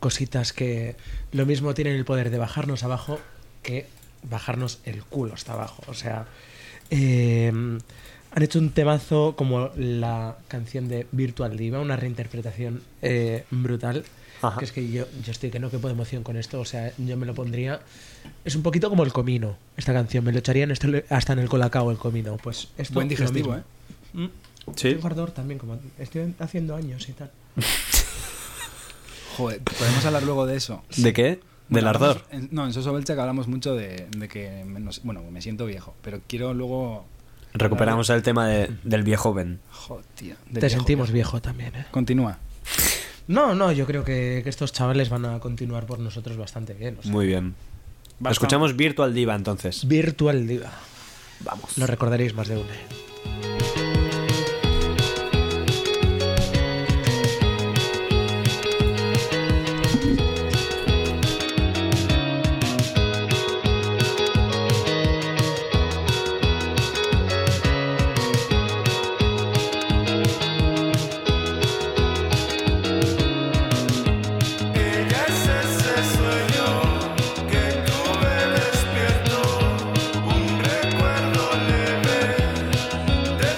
Speaker 4: cositas que lo mismo tienen el poder de bajarnos abajo que bajarnos el culo hasta abajo. O sea, eh, han hecho un temazo como la canción de Virtual Diva, una reinterpretación eh, brutal.
Speaker 1: Ajá.
Speaker 4: Que es que yo, yo estoy que no, que puedo emoción con esto. O sea, yo me lo pondría. Es un poquito como el comino, esta canción. Me lo echarían esto- hasta en el colacao, el comino. Pues esto,
Speaker 2: Buen
Speaker 4: lo
Speaker 2: digestivo, ¿eh?
Speaker 4: mismo. Mm.
Speaker 1: Sí.
Speaker 4: Tengo ardor también, como estoy haciendo años y tal.
Speaker 2: Joder, podemos hablar luego de eso.
Speaker 1: ¿De qué? Del
Speaker 2: Bueno,
Speaker 1: ardor.
Speaker 2: hablamos- en- no, en Soso Belcha que hablamos mucho de, de que, me- no sé, bueno, me siento viejo, pero quiero luego...
Speaker 1: Recuperamos el tema de- del viejo Ben.
Speaker 2: Joder, tío, de
Speaker 4: Te
Speaker 2: viejo.
Speaker 4: sentimos viejo también, ¿eh?
Speaker 2: Continúa.
Speaker 4: No, no, yo creo que, que estos chavales van a continuar por nosotros bastante bien. o sea.
Speaker 1: Muy bien. Escuchamos Virtual Diva entonces.
Speaker 4: Virtual Diva. Vamos. Lo recordaréis más de una. ¿eh?
Speaker 6: Ella es ese sueño que tuve despierto, un recuerdo leve de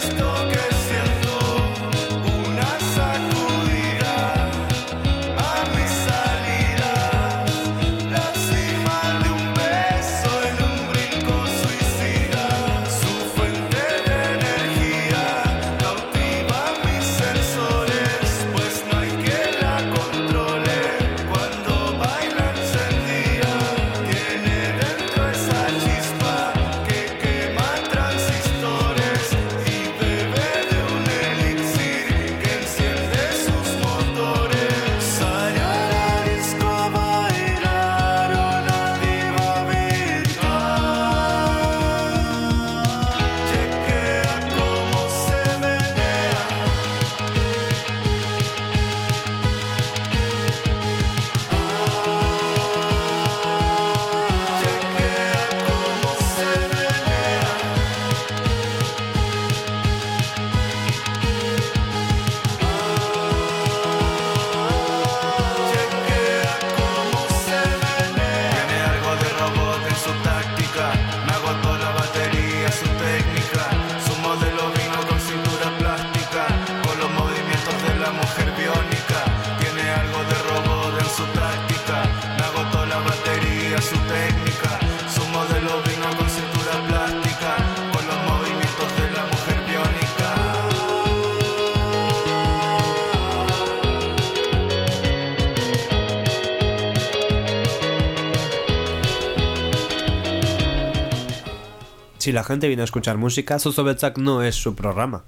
Speaker 1: si la gente viene a escuchar música, Sosovechak no es su programa.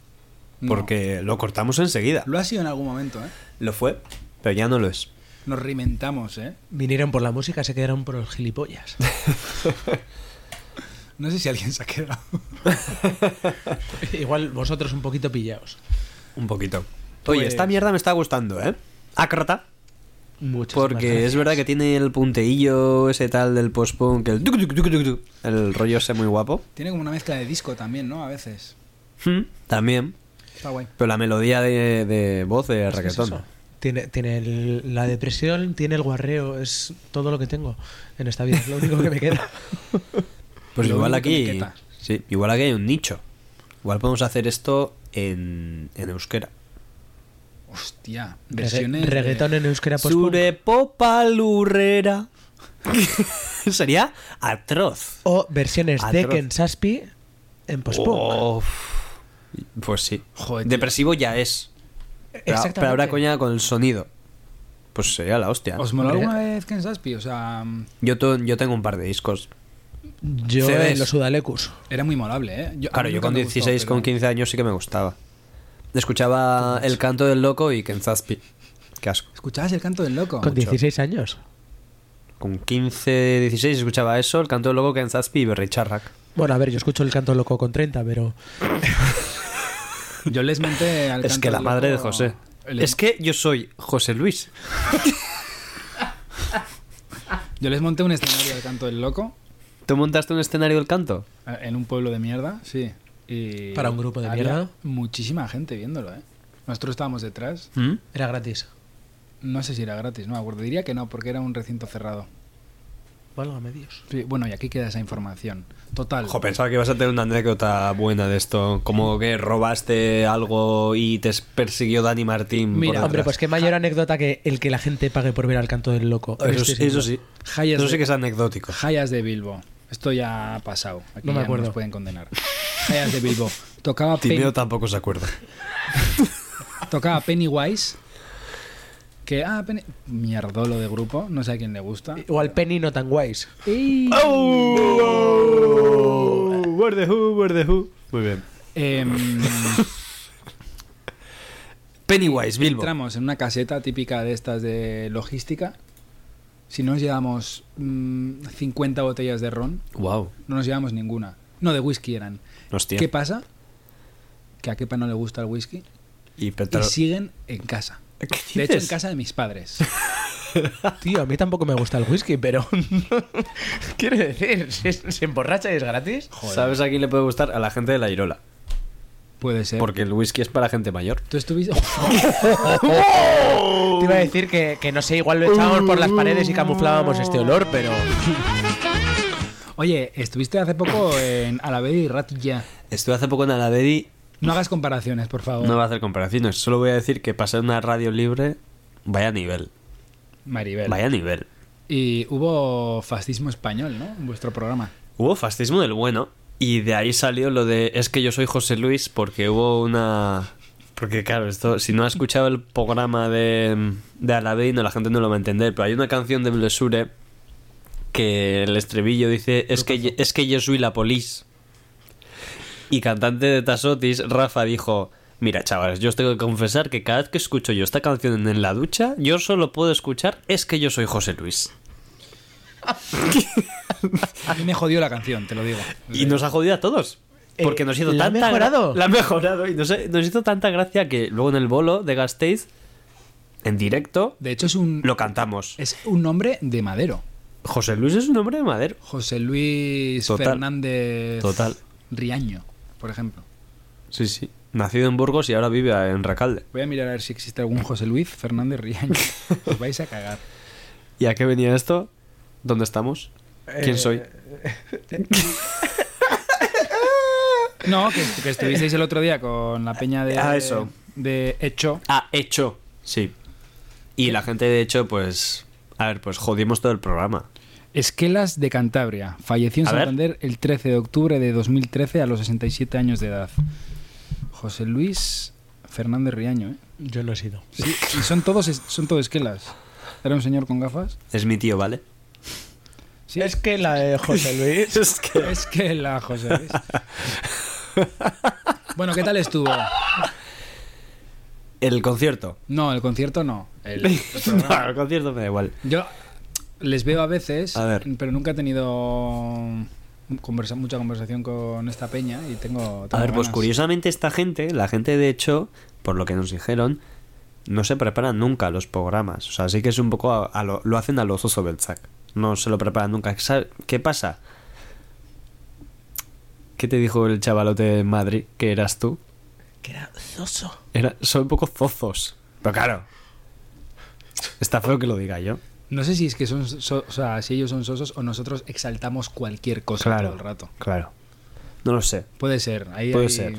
Speaker 2: No.
Speaker 1: Porque lo cortamos enseguida.
Speaker 2: Lo ha sido en algún momento, ¿eh?
Speaker 1: Lo fue, pero ya no lo es.
Speaker 2: Nos rimentamos, ¿eh?
Speaker 4: Vinieron por la música, se quedaron por los gilipollas.
Speaker 2: No sé si alguien se ha quedado. [laughs]
Speaker 4: Igual vosotros un poquito pillados.
Speaker 1: Un poquito.
Speaker 2: Pues-
Speaker 1: Oye, esta mierda me está gustando, ¿eh? Acrata.
Speaker 4: Muchas
Speaker 1: Porque es verdad que tiene el punteillo ese tal del post-punk, el, tuc, tuc, tuc, tuc, tuc, el rollo ese muy guapo.
Speaker 2: Tiene como una mezcla de disco también, ¿no? A veces.
Speaker 1: Hmm, También.
Speaker 2: Está guay.
Speaker 1: Pero la melodía de, de voz de
Speaker 4: ¿Qué es
Speaker 1: reggaetón.
Speaker 4: eso? Tiene, tiene el- la depresión, tiene el guarreo, es todo lo que tengo en esta vida, es lo único que
Speaker 1: [laughs]
Speaker 4: me queda.
Speaker 1: Pues
Speaker 2: Lo
Speaker 1: igual
Speaker 2: único que me
Speaker 1: aquí.
Speaker 2: queda.
Speaker 1: Sí, igual aquí hay un nicho. Igual podemos hacer esto en, en euskera.
Speaker 2: Hostia.
Speaker 4: Regga-
Speaker 2: Versiones. de-
Speaker 4: reggaetón en euskera
Speaker 2: pues
Speaker 4: post
Speaker 1: Sure popa lurrera. [laughs] Sería atroz.
Speaker 4: o versiones de
Speaker 1: Atroz. Oh,
Speaker 4: Ken Saspi en post-punk.
Speaker 1: Uf. Pues sí.
Speaker 2: Joder, tío.
Speaker 1: Depresivo ya es. Pero,
Speaker 4: Exactamente.
Speaker 1: pero ahora coña con el sonido. Pues sería la hostia.
Speaker 2: ¿Os moló
Speaker 4: Hombre.
Speaker 2: alguna vez Ken Saspi? O sea, mm,
Speaker 1: Yo, to- yo tengo un par de discos.
Speaker 4: Yo
Speaker 1: CDs.
Speaker 4: en los Sudalecus.
Speaker 2: era muy molable, ¿eh? a
Speaker 1: Claro,
Speaker 2: mí
Speaker 1: yo
Speaker 2: nunca
Speaker 1: con
Speaker 2: me gustó,
Speaker 1: 16,
Speaker 2: pero-
Speaker 1: con 15 años sí que me gustaba. Escuchaba El Canto del Loco y Ken Zazpi. Qué asco.
Speaker 2: ¿Escuchabas el canto del loco?
Speaker 4: Con 16 años.
Speaker 1: Con 15, 16 escuchaba eso, El Canto del Loco, Ken Zazpi y Berry Charrac.
Speaker 4: Bueno, a ver, yo escucho el canto loco con 30, pero
Speaker 2: Yo les menté al
Speaker 1: Es
Speaker 2: canto
Speaker 1: que la
Speaker 2: del
Speaker 1: madre de
Speaker 2: loco-
Speaker 1: José.
Speaker 2: le-
Speaker 1: Es que yo soy José Luis.
Speaker 2: Yo les monté un escenario al canto del loco
Speaker 1: ¿Tú montaste un escenario del canto?
Speaker 2: eh, en un pueblo de mierda, sí. Y
Speaker 4: Para un grupo de
Speaker 2: había
Speaker 4: mierda.
Speaker 2: Muchísima gente viéndolo, ¿eh? Nosotros estábamos detrás.
Speaker 1: ¿Mm?
Speaker 4: era gratis.
Speaker 2: No sé si era gratis, no me acuerdo. Diría que no, porque era un recinto cerrado.
Speaker 4: Válgame Dios.
Speaker 2: Sí, bueno, y aquí queda esa información. Total.
Speaker 1: Jo, pensaba que ibas a tener una anécdota buena de esto. Como que robaste algo y te persiguió Dani Martín. por
Speaker 2: Mira,
Speaker 4: Hombre,
Speaker 1: detrás.
Speaker 4: pues qué mayor anécdota que el que la gente pague por ver al canto del loco. En
Speaker 1: Eso,
Speaker 4: este
Speaker 1: sí-
Speaker 4: siglo.
Speaker 1: eso sí.
Speaker 2: Hayas
Speaker 1: Eso sí
Speaker 2: de-
Speaker 1: que es anecdótico.
Speaker 2: Hayas de Bilbo. Esto ya ha pasado. Aquí
Speaker 4: No me
Speaker 2: ya
Speaker 4: acuerdo.
Speaker 2: nos pueden condenar. Hayas de Bilbo. Tocaba, Pen-
Speaker 1: Timeo tampoco se acuerda.
Speaker 2: tocaba Pennywise. Que, ah, Penny... mierdolo de grupo. No sé a quién le gusta.
Speaker 4: O al Penny no tan guays.
Speaker 2: Uh,
Speaker 1: Where the who, where the who. Muy bien.
Speaker 2: Em,
Speaker 1: Pennywise, Bilbo.
Speaker 2: entramos en una caseta típica de estas de logística. Si nos llevamos mm, 50 botellas de ron,
Speaker 1: Wow.
Speaker 2: no nos llevamos ninguna. No, de whisky eran.
Speaker 1: Hostia.
Speaker 2: ¿Qué pasa? Que a Kepa no le gusta el whisky.
Speaker 1: y
Speaker 2: Y
Speaker 1: Petra-
Speaker 2: siguen en casa.
Speaker 1: [laughs] ¿Qué
Speaker 2: De hecho, en
Speaker 1: dices?
Speaker 2: casa de mis padres.
Speaker 4: Tío, a mí tampoco me gusta el whisky, pero. [laughs] Quiero decir, se, se emborracha y es gratis.
Speaker 1: ¿Sabes a quién le puede gustar? A la gente de la Irola.
Speaker 2: Puede ser.
Speaker 1: Porque el whisky es para gente mayor.
Speaker 2: Tú estuviste.
Speaker 4: Te iba a decir que, que no sé, igual lo echábamos por las paredes y camuflábamos este olor, pero.
Speaker 2: [laughs] Oye, estuviste hace poco en Alavedi y Ratilla.
Speaker 1: Estuve hace poco en Alavedi.
Speaker 2: No hagas comparaciones, por favor.
Speaker 1: No va a hacer comparaciones. Solo voy a decir que pasar una radio libre. Vaya nivel.
Speaker 2: Maribel.
Speaker 1: Vaya nivel.
Speaker 2: Y hubo fascismo español, ¿no? En vuestro programa.
Speaker 1: Hubo fascismo del bueno. Y de ahí salió lo de. Es que yo soy José Luis porque hubo una. Porque claro, esto. Si no ha escuchado el programa de. De Alavedi, no, la gente no lo va a entender. Pero hay una canción de Blesure. Que el estribillo dice. Es que, ye- es que yo soy la polis. Y cantante de Tasotis, Rafa dijo. Mira, chavales, yo os tengo que confesar que cada vez que escucho yo esta canción en la ducha, yo solo puedo escuchar es que yo soy José Luis.
Speaker 2: A mí me jodió la canción, te lo digo.
Speaker 1: Y nos ha jodido a todos.
Speaker 4: Eh,
Speaker 1: Porque nos hizo
Speaker 4: ¿la ha
Speaker 1: tanta gra-
Speaker 4: mejorado?
Speaker 1: La ha mejorado. Y nos, nos hizo tanta gracia que luego en el bolo de Gasteiz, en directo,
Speaker 2: De hecho, es un.
Speaker 1: lo cantamos.
Speaker 4: Eh.
Speaker 2: Es un nombre de madero.
Speaker 1: José Luis es un hombre de madero.
Speaker 2: José Luis
Speaker 1: Total.
Speaker 2: Fernández.
Speaker 1: Total.
Speaker 2: Riaño, por ejemplo.
Speaker 1: Sí, sí. Nacido en Burgos y ahora vive en Recalde.
Speaker 2: Voy a mirar a ver si existe algún José Luis Fernández
Speaker 1: [laughs]
Speaker 2: Riaño. Os vais a cagar.
Speaker 1: ¿Y a qué venía esto? ¿Dónde estamos?
Speaker 4: Eh,
Speaker 1: ¿Quién soy?
Speaker 2: No, que, que estuvisteis el otro día con la peña de.
Speaker 1: Ah, eso.
Speaker 2: De Hecho.
Speaker 1: Ah, hecho. Sí. Y la gente, de hecho, pues. A ver, pues jodimos todo el programa.
Speaker 2: Esquelas de Cantabria. Falleció en
Speaker 1: A ver.
Speaker 2: Santander el 13 de octubre de 2013 a los 67 años de edad. José Luis Fernández Riaño, ¿eh?
Speaker 4: Yo no he sido.
Speaker 2: Sí, y son todos, es- son todos esquelas. Era un señor con gafas.
Speaker 1: Es mi tío, ¿vale?
Speaker 2: Sí.
Speaker 4: Es que la de José
Speaker 1: [laughs]
Speaker 4: Luis.
Speaker 1: Es que...
Speaker 2: Es que la José Luis. Bueno, ¿qué tal estuvo?
Speaker 1: El [laughs] concierto.
Speaker 2: No, el concierto no. El-
Speaker 1: no, el concierto me da igual.
Speaker 2: Yo les veo a veces,
Speaker 1: A ver.
Speaker 2: pero nunca he tenido conversa- mucha conversación con esta peña y tengo...
Speaker 1: A
Speaker 2: tengo
Speaker 1: ver, pues
Speaker 2: ganas.
Speaker 1: curiosamente esta gente, la gente de hecho, por lo que nos dijeron, no se preparan nunca los programas. O sea, sí que es un poco... a- a lo, lo hacen a los oso Belzac. No se lo preparan nunca. ¿Sabe- ¿Qué pasa? ¿Qué te dijo el chavalote de Madrid que eras tú?
Speaker 4: Que era Zoso.
Speaker 1: Era, son un poco zozos. Pero
Speaker 4: [laughs]
Speaker 1: claro. Está feo que lo diga yo.
Speaker 2: No sé si es que son... so- o sea, si ellos son sosos o nosotros exaltamos cualquier cosa todo el rato.
Speaker 1: Claro. No lo sé.
Speaker 2: Puede ser. Ahí,
Speaker 1: Puede
Speaker 2: ahí-
Speaker 1: ser.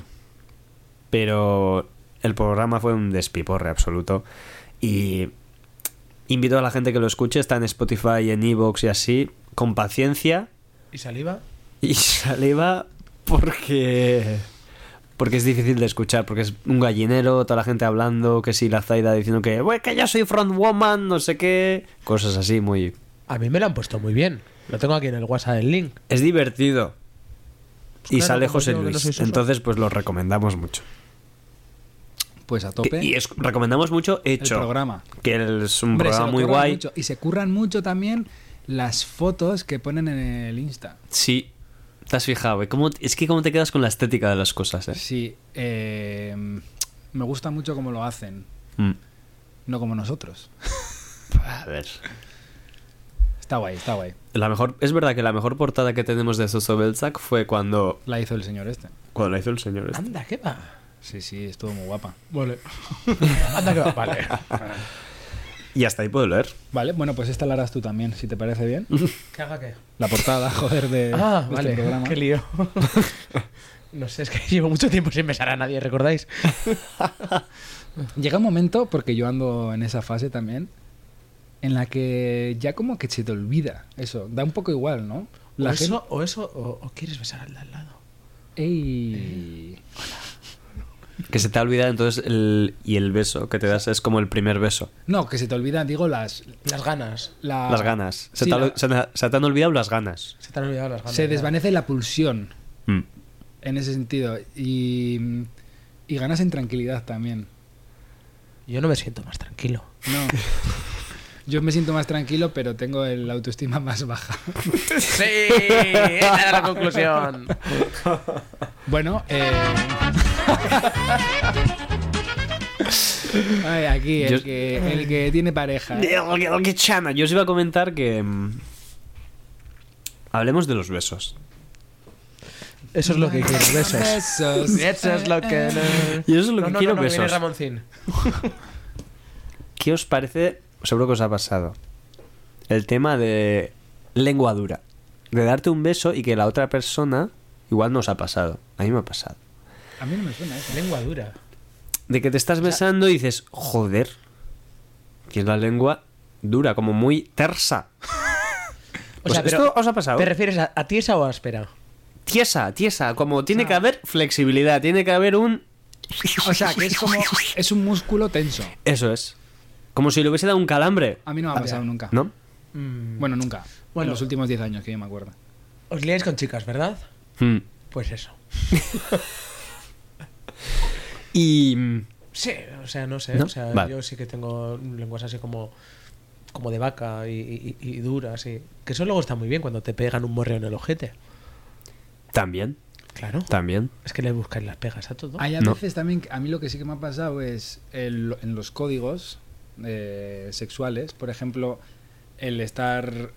Speaker 1: Pero el programa fue un despiporre absoluto. Y invito a la gente que lo escuche. Está en Spotify, en Evox y así. Con paciencia
Speaker 4: ¿Y saliva?
Speaker 1: y [laughs] saliva porque... Porque es difícil de escuchar, porque es un gallinero, toda la gente hablando, que si la Zaida diciendo que, "Bueno, que yo soy frontwoman, no sé qué, cosas así muy...
Speaker 4: A mí me lo han puesto muy bien. Lo tengo aquí en el WhatsApp del link.
Speaker 1: Es divertido. y
Speaker 4: Pues claro,
Speaker 1: sale
Speaker 4: como
Speaker 1: José
Speaker 4: yo que no soy
Speaker 1: Luis.
Speaker 4: soso.
Speaker 1: Entonces, pues lo recomendamos mucho.
Speaker 2: Pues a
Speaker 1: Que-
Speaker 2: tope.
Speaker 1: y es- recomendamos mucho
Speaker 2: el
Speaker 1: hecho.
Speaker 2: programa.
Speaker 1: Que es un
Speaker 2: Hombre, se
Speaker 1: programa
Speaker 2: lo
Speaker 1: muy
Speaker 2: curran
Speaker 1: guay.
Speaker 2: mucho. Y se curran mucho también las fotos que ponen en el Insta.
Speaker 1: Sí. Te has fijado, eh? ¿Cómo- es que cómo te quedas con la estética de las cosas, eh.
Speaker 2: Sí, eh, me gusta mucho cómo lo hacen,
Speaker 1: Mm.
Speaker 2: no como nosotros.
Speaker 1: A ver.
Speaker 2: Está guay, está guay.
Speaker 1: La mejor, es verdad que la mejor portada que tenemos de Soso Belzac fue cuando,
Speaker 2: La hizo el señor este.
Speaker 1: cuando la hizo el señor. este.
Speaker 4: Anda, ¿qué va?
Speaker 2: Sí, sí, estuvo muy guapa.
Speaker 4: Vale. [laughs] Anda, que va. Vale.
Speaker 2: Ah.
Speaker 1: Y hasta ahí puedo leer.
Speaker 2: Vale, bueno, pues esta la harás tú también, si te parece
Speaker 1: [laughs]
Speaker 2: bien.
Speaker 4: ¿Qué haga qué?
Speaker 2: La portada, joder, de, de
Speaker 4: Ah,
Speaker 2: este
Speaker 4: vale.
Speaker 2: programa.
Speaker 4: Qué [laughs] lío. no sé, es que llevo mucho tiempo sin besar a nadie, ¿recordáis?
Speaker 2: Llega un momento, porque yo ando en esa fase también, en la que ya como que se te olvida eso. Da un poco igual, ¿no?
Speaker 4: o,
Speaker 2: La gente-
Speaker 4: eso, o eso, o, o quieres besar al de al lado.
Speaker 2: Ey.
Speaker 1: Que se te ha olvidado entonces el, y el beso que te das es como el primer beso.
Speaker 2: No, que se te olvida, digo, las...
Speaker 4: Las ganas.
Speaker 2: la-
Speaker 1: Las ganas.
Speaker 2: Ah.
Speaker 1: Se,
Speaker 2: sí,
Speaker 1: te, ha-
Speaker 2: la-
Speaker 1: se te ha- se te han olvidado las ganas.
Speaker 4: Se te han olvidado las ganas.
Speaker 2: se
Speaker 4: ya.
Speaker 2: desvanece la pulsión.
Speaker 1: Mm.
Speaker 2: en ese sentido. Y, y ganas en tranquilidad también.
Speaker 4: Yo no me siento más tranquilo.
Speaker 1: [laughs]
Speaker 2: No. Yo me siento más tranquilo, pero tengo el autoestima [laughs] más baja.
Speaker 4: Sí, esa era la conclusión.
Speaker 2: Bueno, eh... [laughs] Ay, aquí el,
Speaker 1: Yo-
Speaker 2: que, el que tiene pareja. ¿eh?
Speaker 1: Yo os iba a comentar que. mm, Hablemos de los besos.
Speaker 4: Eso es lo que quiero, besos.
Speaker 2: Besos.
Speaker 4: Eso es lo que.
Speaker 1: Y eso es lo
Speaker 4: No,
Speaker 1: que
Speaker 4: no,
Speaker 1: quiero,
Speaker 4: no, no, viene
Speaker 1: besos.
Speaker 4: Ramoncín.
Speaker 1: ¿Qué os parece? Seguro que os ha pasado. El tema de lengua dura. De darte un beso y que la otra persona igual no os ha pasado. A mí me ha pasado.
Speaker 2: A mí no me suena eso.
Speaker 4: Lengua dura.
Speaker 1: De que te estás besando y dices, joder. Que la lengua dura, como muy tersa. Pues ¿esto os ha pasado?
Speaker 4: ¿Te refieres a, a tiesa o áspera?
Speaker 1: Tiesa, tiesa. Como tiene que haber flexibilidad, tiene que haber un...
Speaker 2: O sea, que es como. Es un músculo tenso.
Speaker 1: Eso es. Como si le hubiese dado un calambre.
Speaker 2: A mí no me ha pasado nunca.
Speaker 1: Ah, ¿No?
Speaker 2: Bueno, nunca.
Speaker 4: Bueno.
Speaker 2: En los últimos 10 años que yo me acuerdo.
Speaker 4: Os liáis con chicas, ¿verdad?
Speaker 1: Mm.
Speaker 4: Pues eso.
Speaker 1: Y... mm,
Speaker 4: Sí, o sea, no sé.
Speaker 1: ¿No?
Speaker 4: O sea,
Speaker 1: Vale.
Speaker 4: yo sí que tengo lenguas así como. Como de vaca y, y- y duras. y- Que eso luego está muy bien cuando te pegan un morreo en el ojete.
Speaker 1: También,
Speaker 4: Claro.
Speaker 1: también.
Speaker 4: Es que le buscáis las pegas a todo.
Speaker 2: Hay a
Speaker 1: No.
Speaker 2: veces también, que- a mí lo que sí que me ha pasado es el- en los códigos eh, sexuales, por ejemplo, el estar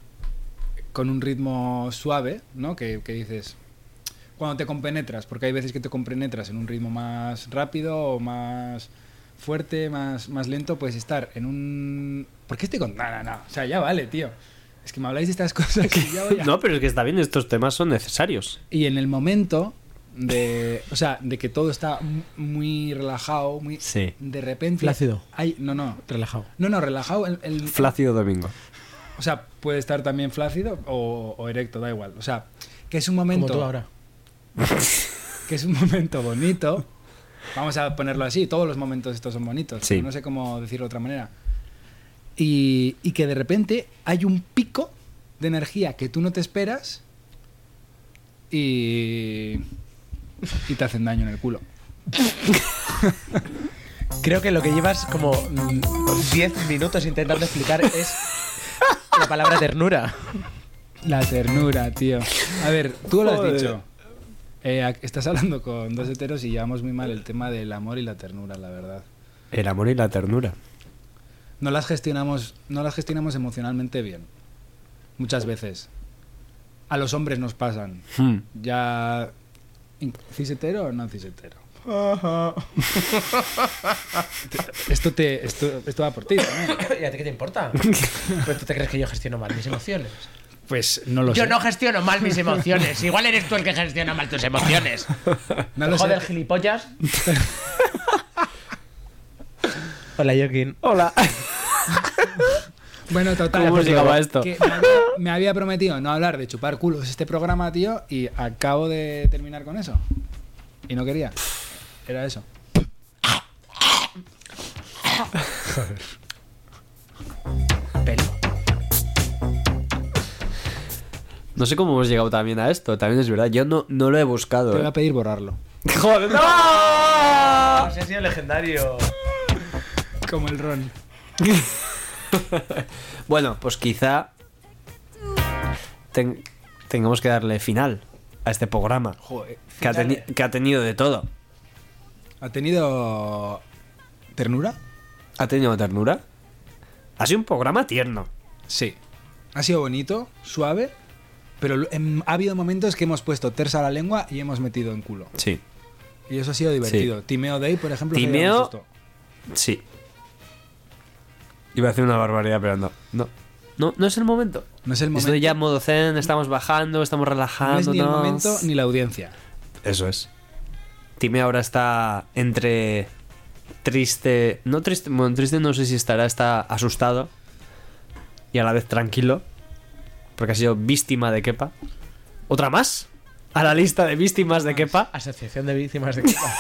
Speaker 2: con un ritmo suave, ¿no? Que, que dices, cuando te compenetras, porque hay veces que te compenetras en un ritmo más rápido o más fuerte, más, más lento, pues estar en un... ¿Por qué estoy con...? No, no, no, o sea, ya vale, tío. Es que me habláis de estas [laughs] cosas y ya voy a-
Speaker 1: No, pero es que está bien, estos temas son necesarios.
Speaker 2: y en el momento de, o sea, de que todo está mu- muy relajado, muy
Speaker 1: Sí.
Speaker 2: de repente
Speaker 4: Flácido.
Speaker 2: Hay, no, no.
Speaker 4: Relajado.
Speaker 2: No, no, relajado el, el-
Speaker 1: Flácido Domingo.
Speaker 2: o sea, puede estar también flácido o, o erecto, da igual. O sea, que es un
Speaker 4: Como
Speaker 2: momento
Speaker 4: tú ahora.
Speaker 2: que es un momento bonito. Vamos a ponerlo así, todos los momentos estos son bonitos,
Speaker 1: Sí.
Speaker 2: pero no sé cómo decirlo de otra manera. Y, y que de repente hay un pico de energía que tú no te esperas y, y te hacen daño en el culo.
Speaker 4: Creo que lo que llevas como mm, 10 minutos intentando explicar es la palabra ternura.
Speaker 2: La ternura, tío. A ver, tú lo has dicho. Eh, a- estás hablando con dos heteros y llevamos muy mal el tema del amor y la ternura, la verdad.
Speaker 1: El amor y la ternura.
Speaker 2: No las gestionamos, no las gestionamos emocionalmente bien. Muchas veces. A los hombres nos pasan.
Speaker 1: Hmm.
Speaker 2: Ya. ¿Cisetero o no
Speaker 1: [laughs]
Speaker 2: cisetero? esto te. Esto, esto va por ti también.
Speaker 4: ¿Y a ti qué te importa? Pues tú te crees que yo gestiono mal mis emociones.
Speaker 2: Pues no lo
Speaker 4: Yo
Speaker 2: sé.
Speaker 4: no gestiono mal mis emociones. Igual eres tú el que gestiona mal tus emociones.
Speaker 2: No lo
Speaker 4: Joder,
Speaker 2: sé.
Speaker 4: gilipollas. Hola, Joaquín.
Speaker 1: Hola.
Speaker 2: Bueno, total.
Speaker 1: ¿Cómo
Speaker 2: pues
Speaker 1: hemos llegado
Speaker 2: digo,
Speaker 1: a esto?
Speaker 2: que me, había, me había prometido no hablar de chupar culos este programa, tío, y acabo de terminar con eso. Y no quería. Era eso.
Speaker 4: Pelo.
Speaker 1: No sé cómo hemos llegado también a esto, también es verdad. Yo no, no lo he
Speaker 2: Te voy
Speaker 1: buscado.
Speaker 2: a
Speaker 1: ¿eh?
Speaker 2: pedir borrarlo.
Speaker 1: ¡Joder, no!
Speaker 4: No sé si es Pues legendario.
Speaker 2: Como el Ron.
Speaker 1: Bueno, pues quizá ten- tengamos que darle final a este programa.
Speaker 2: Joder.
Speaker 1: Que ha, teni-
Speaker 4: Dale.
Speaker 1: que ha tenido de todo.
Speaker 2: ¿Ha tenido ternura?
Speaker 1: ¿Ha tenido ternura? Ha sido un programa tierno.
Speaker 2: Sí. Ha sido bonito, suave, pero lo- em, ha habido momentos que hemos puesto tersa la lengua y hemos metido en culo.
Speaker 1: Sí.
Speaker 2: Y eso ha sido divertido. Timeo Day, por ejemplo. se lleva un
Speaker 1: Timeo-
Speaker 2: susto.
Speaker 1: Sí. Iba a hacer una barbaridad, pero no. No. No, no es el momento.
Speaker 2: No es el momento.
Speaker 1: Estoy ya en modo zen, estamos bajando, estamos
Speaker 2: No
Speaker 1: relajando.
Speaker 2: es ni el momento ni la audiencia.
Speaker 1: Eso es. Time ahora está entre triste, no triste, bueno, triste no sé si estará, está asustado y a la vez tranquilo porque ha sido víctima de Kepa. ¿Otra más? A la lista de víctimas de Kepa.
Speaker 4: Asociación de víctimas de Kepa.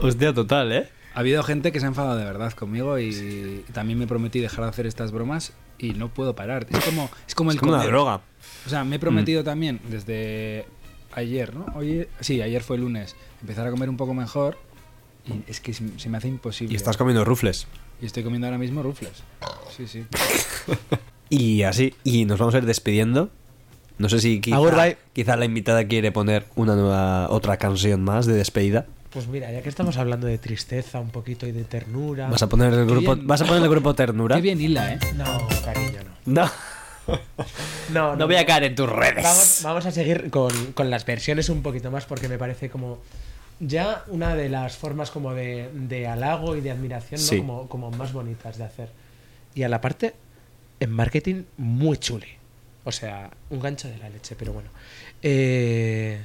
Speaker 1: Hostia, total, ¿eh?
Speaker 2: Ha habido gente que se ha enfadado de verdad conmigo y también me prometí dejar de hacer estas bromas y no puedo parar. Es como, es como el
Speaker 1: Es como una
Speaker 2: comer.
Speaker 1: droga.
Speaker 2: O sea, me he prometido también desde ayer, ¿no? Oye, sí, ayer fue lunes, empezar a comer un poco mejor y es que se se me hace imposible.
Speaker 1: Y estás comiendo rufles.
Speaker 2: Y estoy comiendo ahora mismo rufles. Sí, sí.
Speaker 1: Y así, y nos vamos a ir despidiendo. No sé si quizá,
Speaker 4: Agur, bye.
Speaker 1: quizá la invitada quiere poner una nueva, otra canción más de despedida.
Speaker 4: Pues mira, ya que estamos hablando de tristeza un poquito y de ternura.
Speaker 1: Vas a poner el grupo,
Speaker 2: bien.
Speaker 1: vas a poner el grupo Ternura.
Speaker 2: Qué bien hila, ¿eh?
Speaker 4: No, cariño, no.
Speaker 1: No,
Speaker 4: No,
Speaker 1: no voy a caer en tus redes.
Speaker 4: Vamos, vamos a seguir con, con las versiones un poquito más porque me parece como ya una de las formas como de, de halago y de admiración ¿no?
Speaker 1: Sí.
Speaker 4: como, como más bonitas de hacer. Y a la parte, en marketing, muy chuli. O sea, un gancho de la leche, pero bueno. Eh,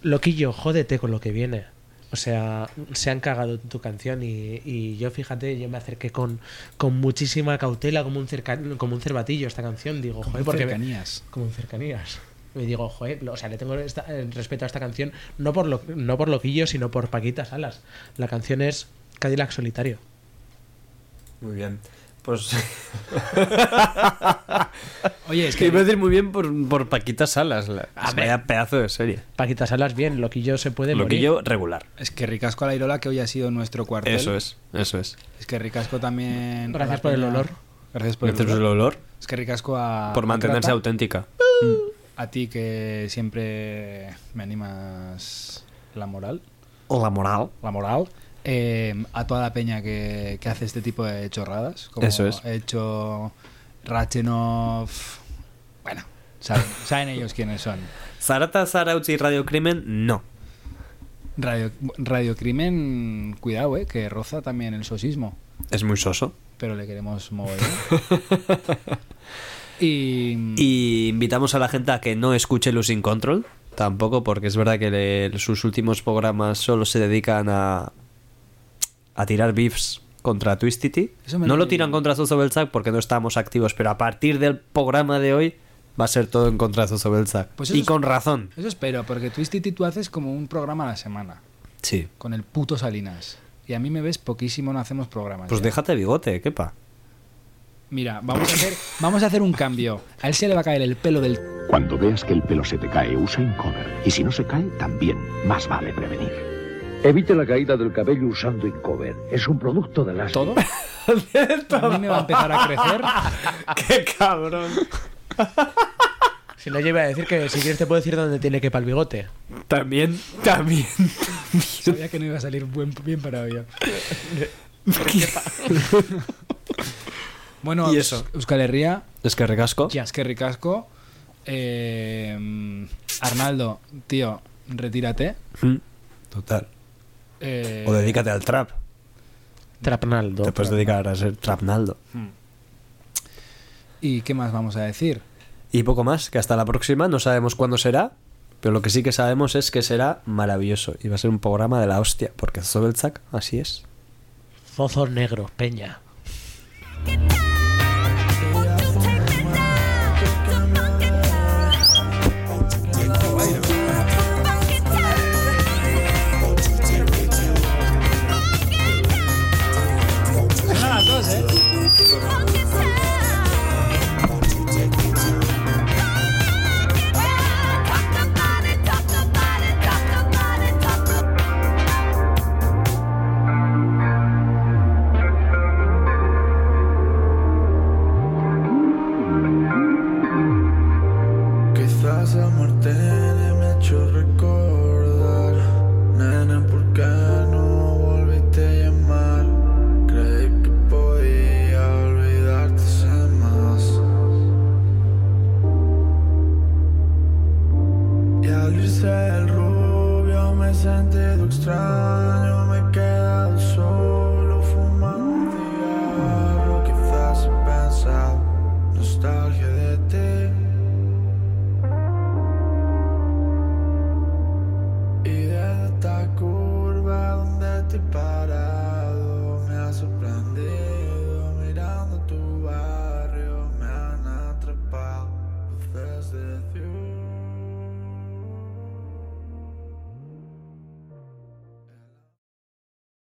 Speaker 4: loquillo, jódete con lo que viene. O sea, se han cagado en tu canción y, y yo, fíjate, yo me acerqué con, con muchísima cautela, como un, cerca, como un cervatillo a esta canción. Digo, joder, porque... me-
Speaker 2: cercanías.
Speaker 4: como en cercanías. Me digo, joder, lo- o sea, le tengo esta- eh, respeto a esta canción, no por, lo, no por Loquillo, sino por Paquita Salas. La canción es Cadillac Solitario.
Speaker 1: Muy bien. [laughs] Pues.
Speaker 2: Oye, es
Speaker 1: que
Speaker 2: que
Speaker 1: iba a decir muy bien por, por Paquita Salas. La,
Speaker 4: Hombre.
Speaker 1: vaya pedazo de serie.
Speaker 4: Paquita Salas, bien, Loquillo se puede
Speaker 1: Lo que
Speaker 4: morir.
Speaker 1: yo regular.
Speaker 2: es que ricasco a la Irola que hoy ha sido nuestro cuartel.
Speaker 1: Eso es, eso es.
Speaker 2: Es que ricasco también.
Speaker 4: Gracias
Speaker 2: a la
Speaker 4: por el
Speaker 2: peña-
Speaker 4: olor.
Speaker 2: Gracias por el
Speaker 1: Gracias por el
Speaker 2: olor.
Speaker 1: olor,
Speaker 2: Es que ricasco a
Speaker 1: por
Speaker 2: a
Speaker 1: mantenerse
Speaker 2: Crata,
Speaker 1: auténtica.
Speaker 2: a ti que siempre me animas la moral.
Speaker 1: O la moral.
Speaker 2: la moral. eh, a toda la peña que, que hace este tipo de chorradas. Como
Speaker 1: Eso es.
Speaker 2: He hecho Rachenov. Bueno,
Speaker 1: [laughs]
Speaker 2: saben, saben ellos quiénes son.
Speaker 1: Sarata, Sarauchi y Radio Crimen, no.
Speaker 2: Radio, Radio Crimen, cuidado, eh, que roza también el sosismo.
Speaker 1: Es muy [laughs] soso.
Speaker 2: Pero le queremos
Speaker 1: [laughs]
Speaker 2: mover.
Speaker 1: Mm.
Speaker 2: y,
Speaker 1: Y invitamos a la gente a que no escuche Losing Control. Tampoco, porque es verdad que le- sus últimos programas solo se dedican a. a tirar beefs contra Twistity.
Speaker 2: Eso me
Speaker 1: No
Speaker 2: lo
Speaker 1: lo tiran
Speaker 2: leí.
Speaker 1: contra Zuzobelzac porque no estamos activos, pero a partir del programa de hoy va a ser todo en contra de Zuzobelzac.
Speaker 2: Pues eso
Speaker 1: y
Speaker 2: es-
Speaker 1: con razón.
Speaker 2: Eso espero, porque Twisted Tea tú haces como un programa a la semana.
Speaker 1: Sí.
Speaker 2: Con el puto Salinas. Y a mí me ves poquísimo, no hacemos programas.
Speaker 1: Pues
Speaker 2: Ah, ya.
Speaker 1: déjate bigote, quepa.
Speaker 2: Mira, vamos a hacer, vamos a hacer un cambio. A él se le va a caer el pelo del
Speaker 8: Cuando veas que el pelo se te cae, usa Incover. Y si no se cae, también. Más vale prevenir. Evite la caída del cabello usando Incover. Es un producto de las...
Speaker 2: todo. [laughs] A mí me va a empezar a
Speaker 1: [laughs]
Speaker 2: crecer. Ah.
Speaker 1: ¡Qué cabrón!
Speaker 4: Si no, yo iba a decir que si quieres te puedo decir dónde tiene que para el bigote.
Speaker 1: También, también.
Speaker 2: Sabía que no iba a salir buen, bien parado yo. bueno,
Speaker 1: ¿Y
Speaker 2: Eus-
Speaker 1: eso?
Speaker 2: Euskal Herria,
Speaker 1: Es que recasco.
Speaker 2: ya es que ricasco. Eh, Arnaldo, tío, retírate.
Speaker 1: Mm. Total.
Speaker 2: Eh,
Speaker 1: O dedícate al trap.
Speaker 4: Trapnaldo.
Speaker 1: Te puedes dedicar a ser trapnaldo.
Speaker 2: ¿Y qué más vamos a decir?
Speaker 1: Y poco más, que hasta la próxima, no sabemos cuándo será, pero lo que sí que sabemos es que será maravilloso y va a ser un programa de la hostia, porque Zobelchak así es.
Speaker 4: Zozo negro, peña.
Speaker 9: Quizás amarte me ha hecho recordar Nena, ¿por qué no volviste a llamar? Creí que podía olvidarte sin más Y al irse el rubio me he sentido extraño Me he quedado solo fumando un cigarro Quizás he pensado nostalgia de ti Y desde esta curva donde te he parado Me ha sorprendido mirando tu barrio Me han atrapado luces de ciudad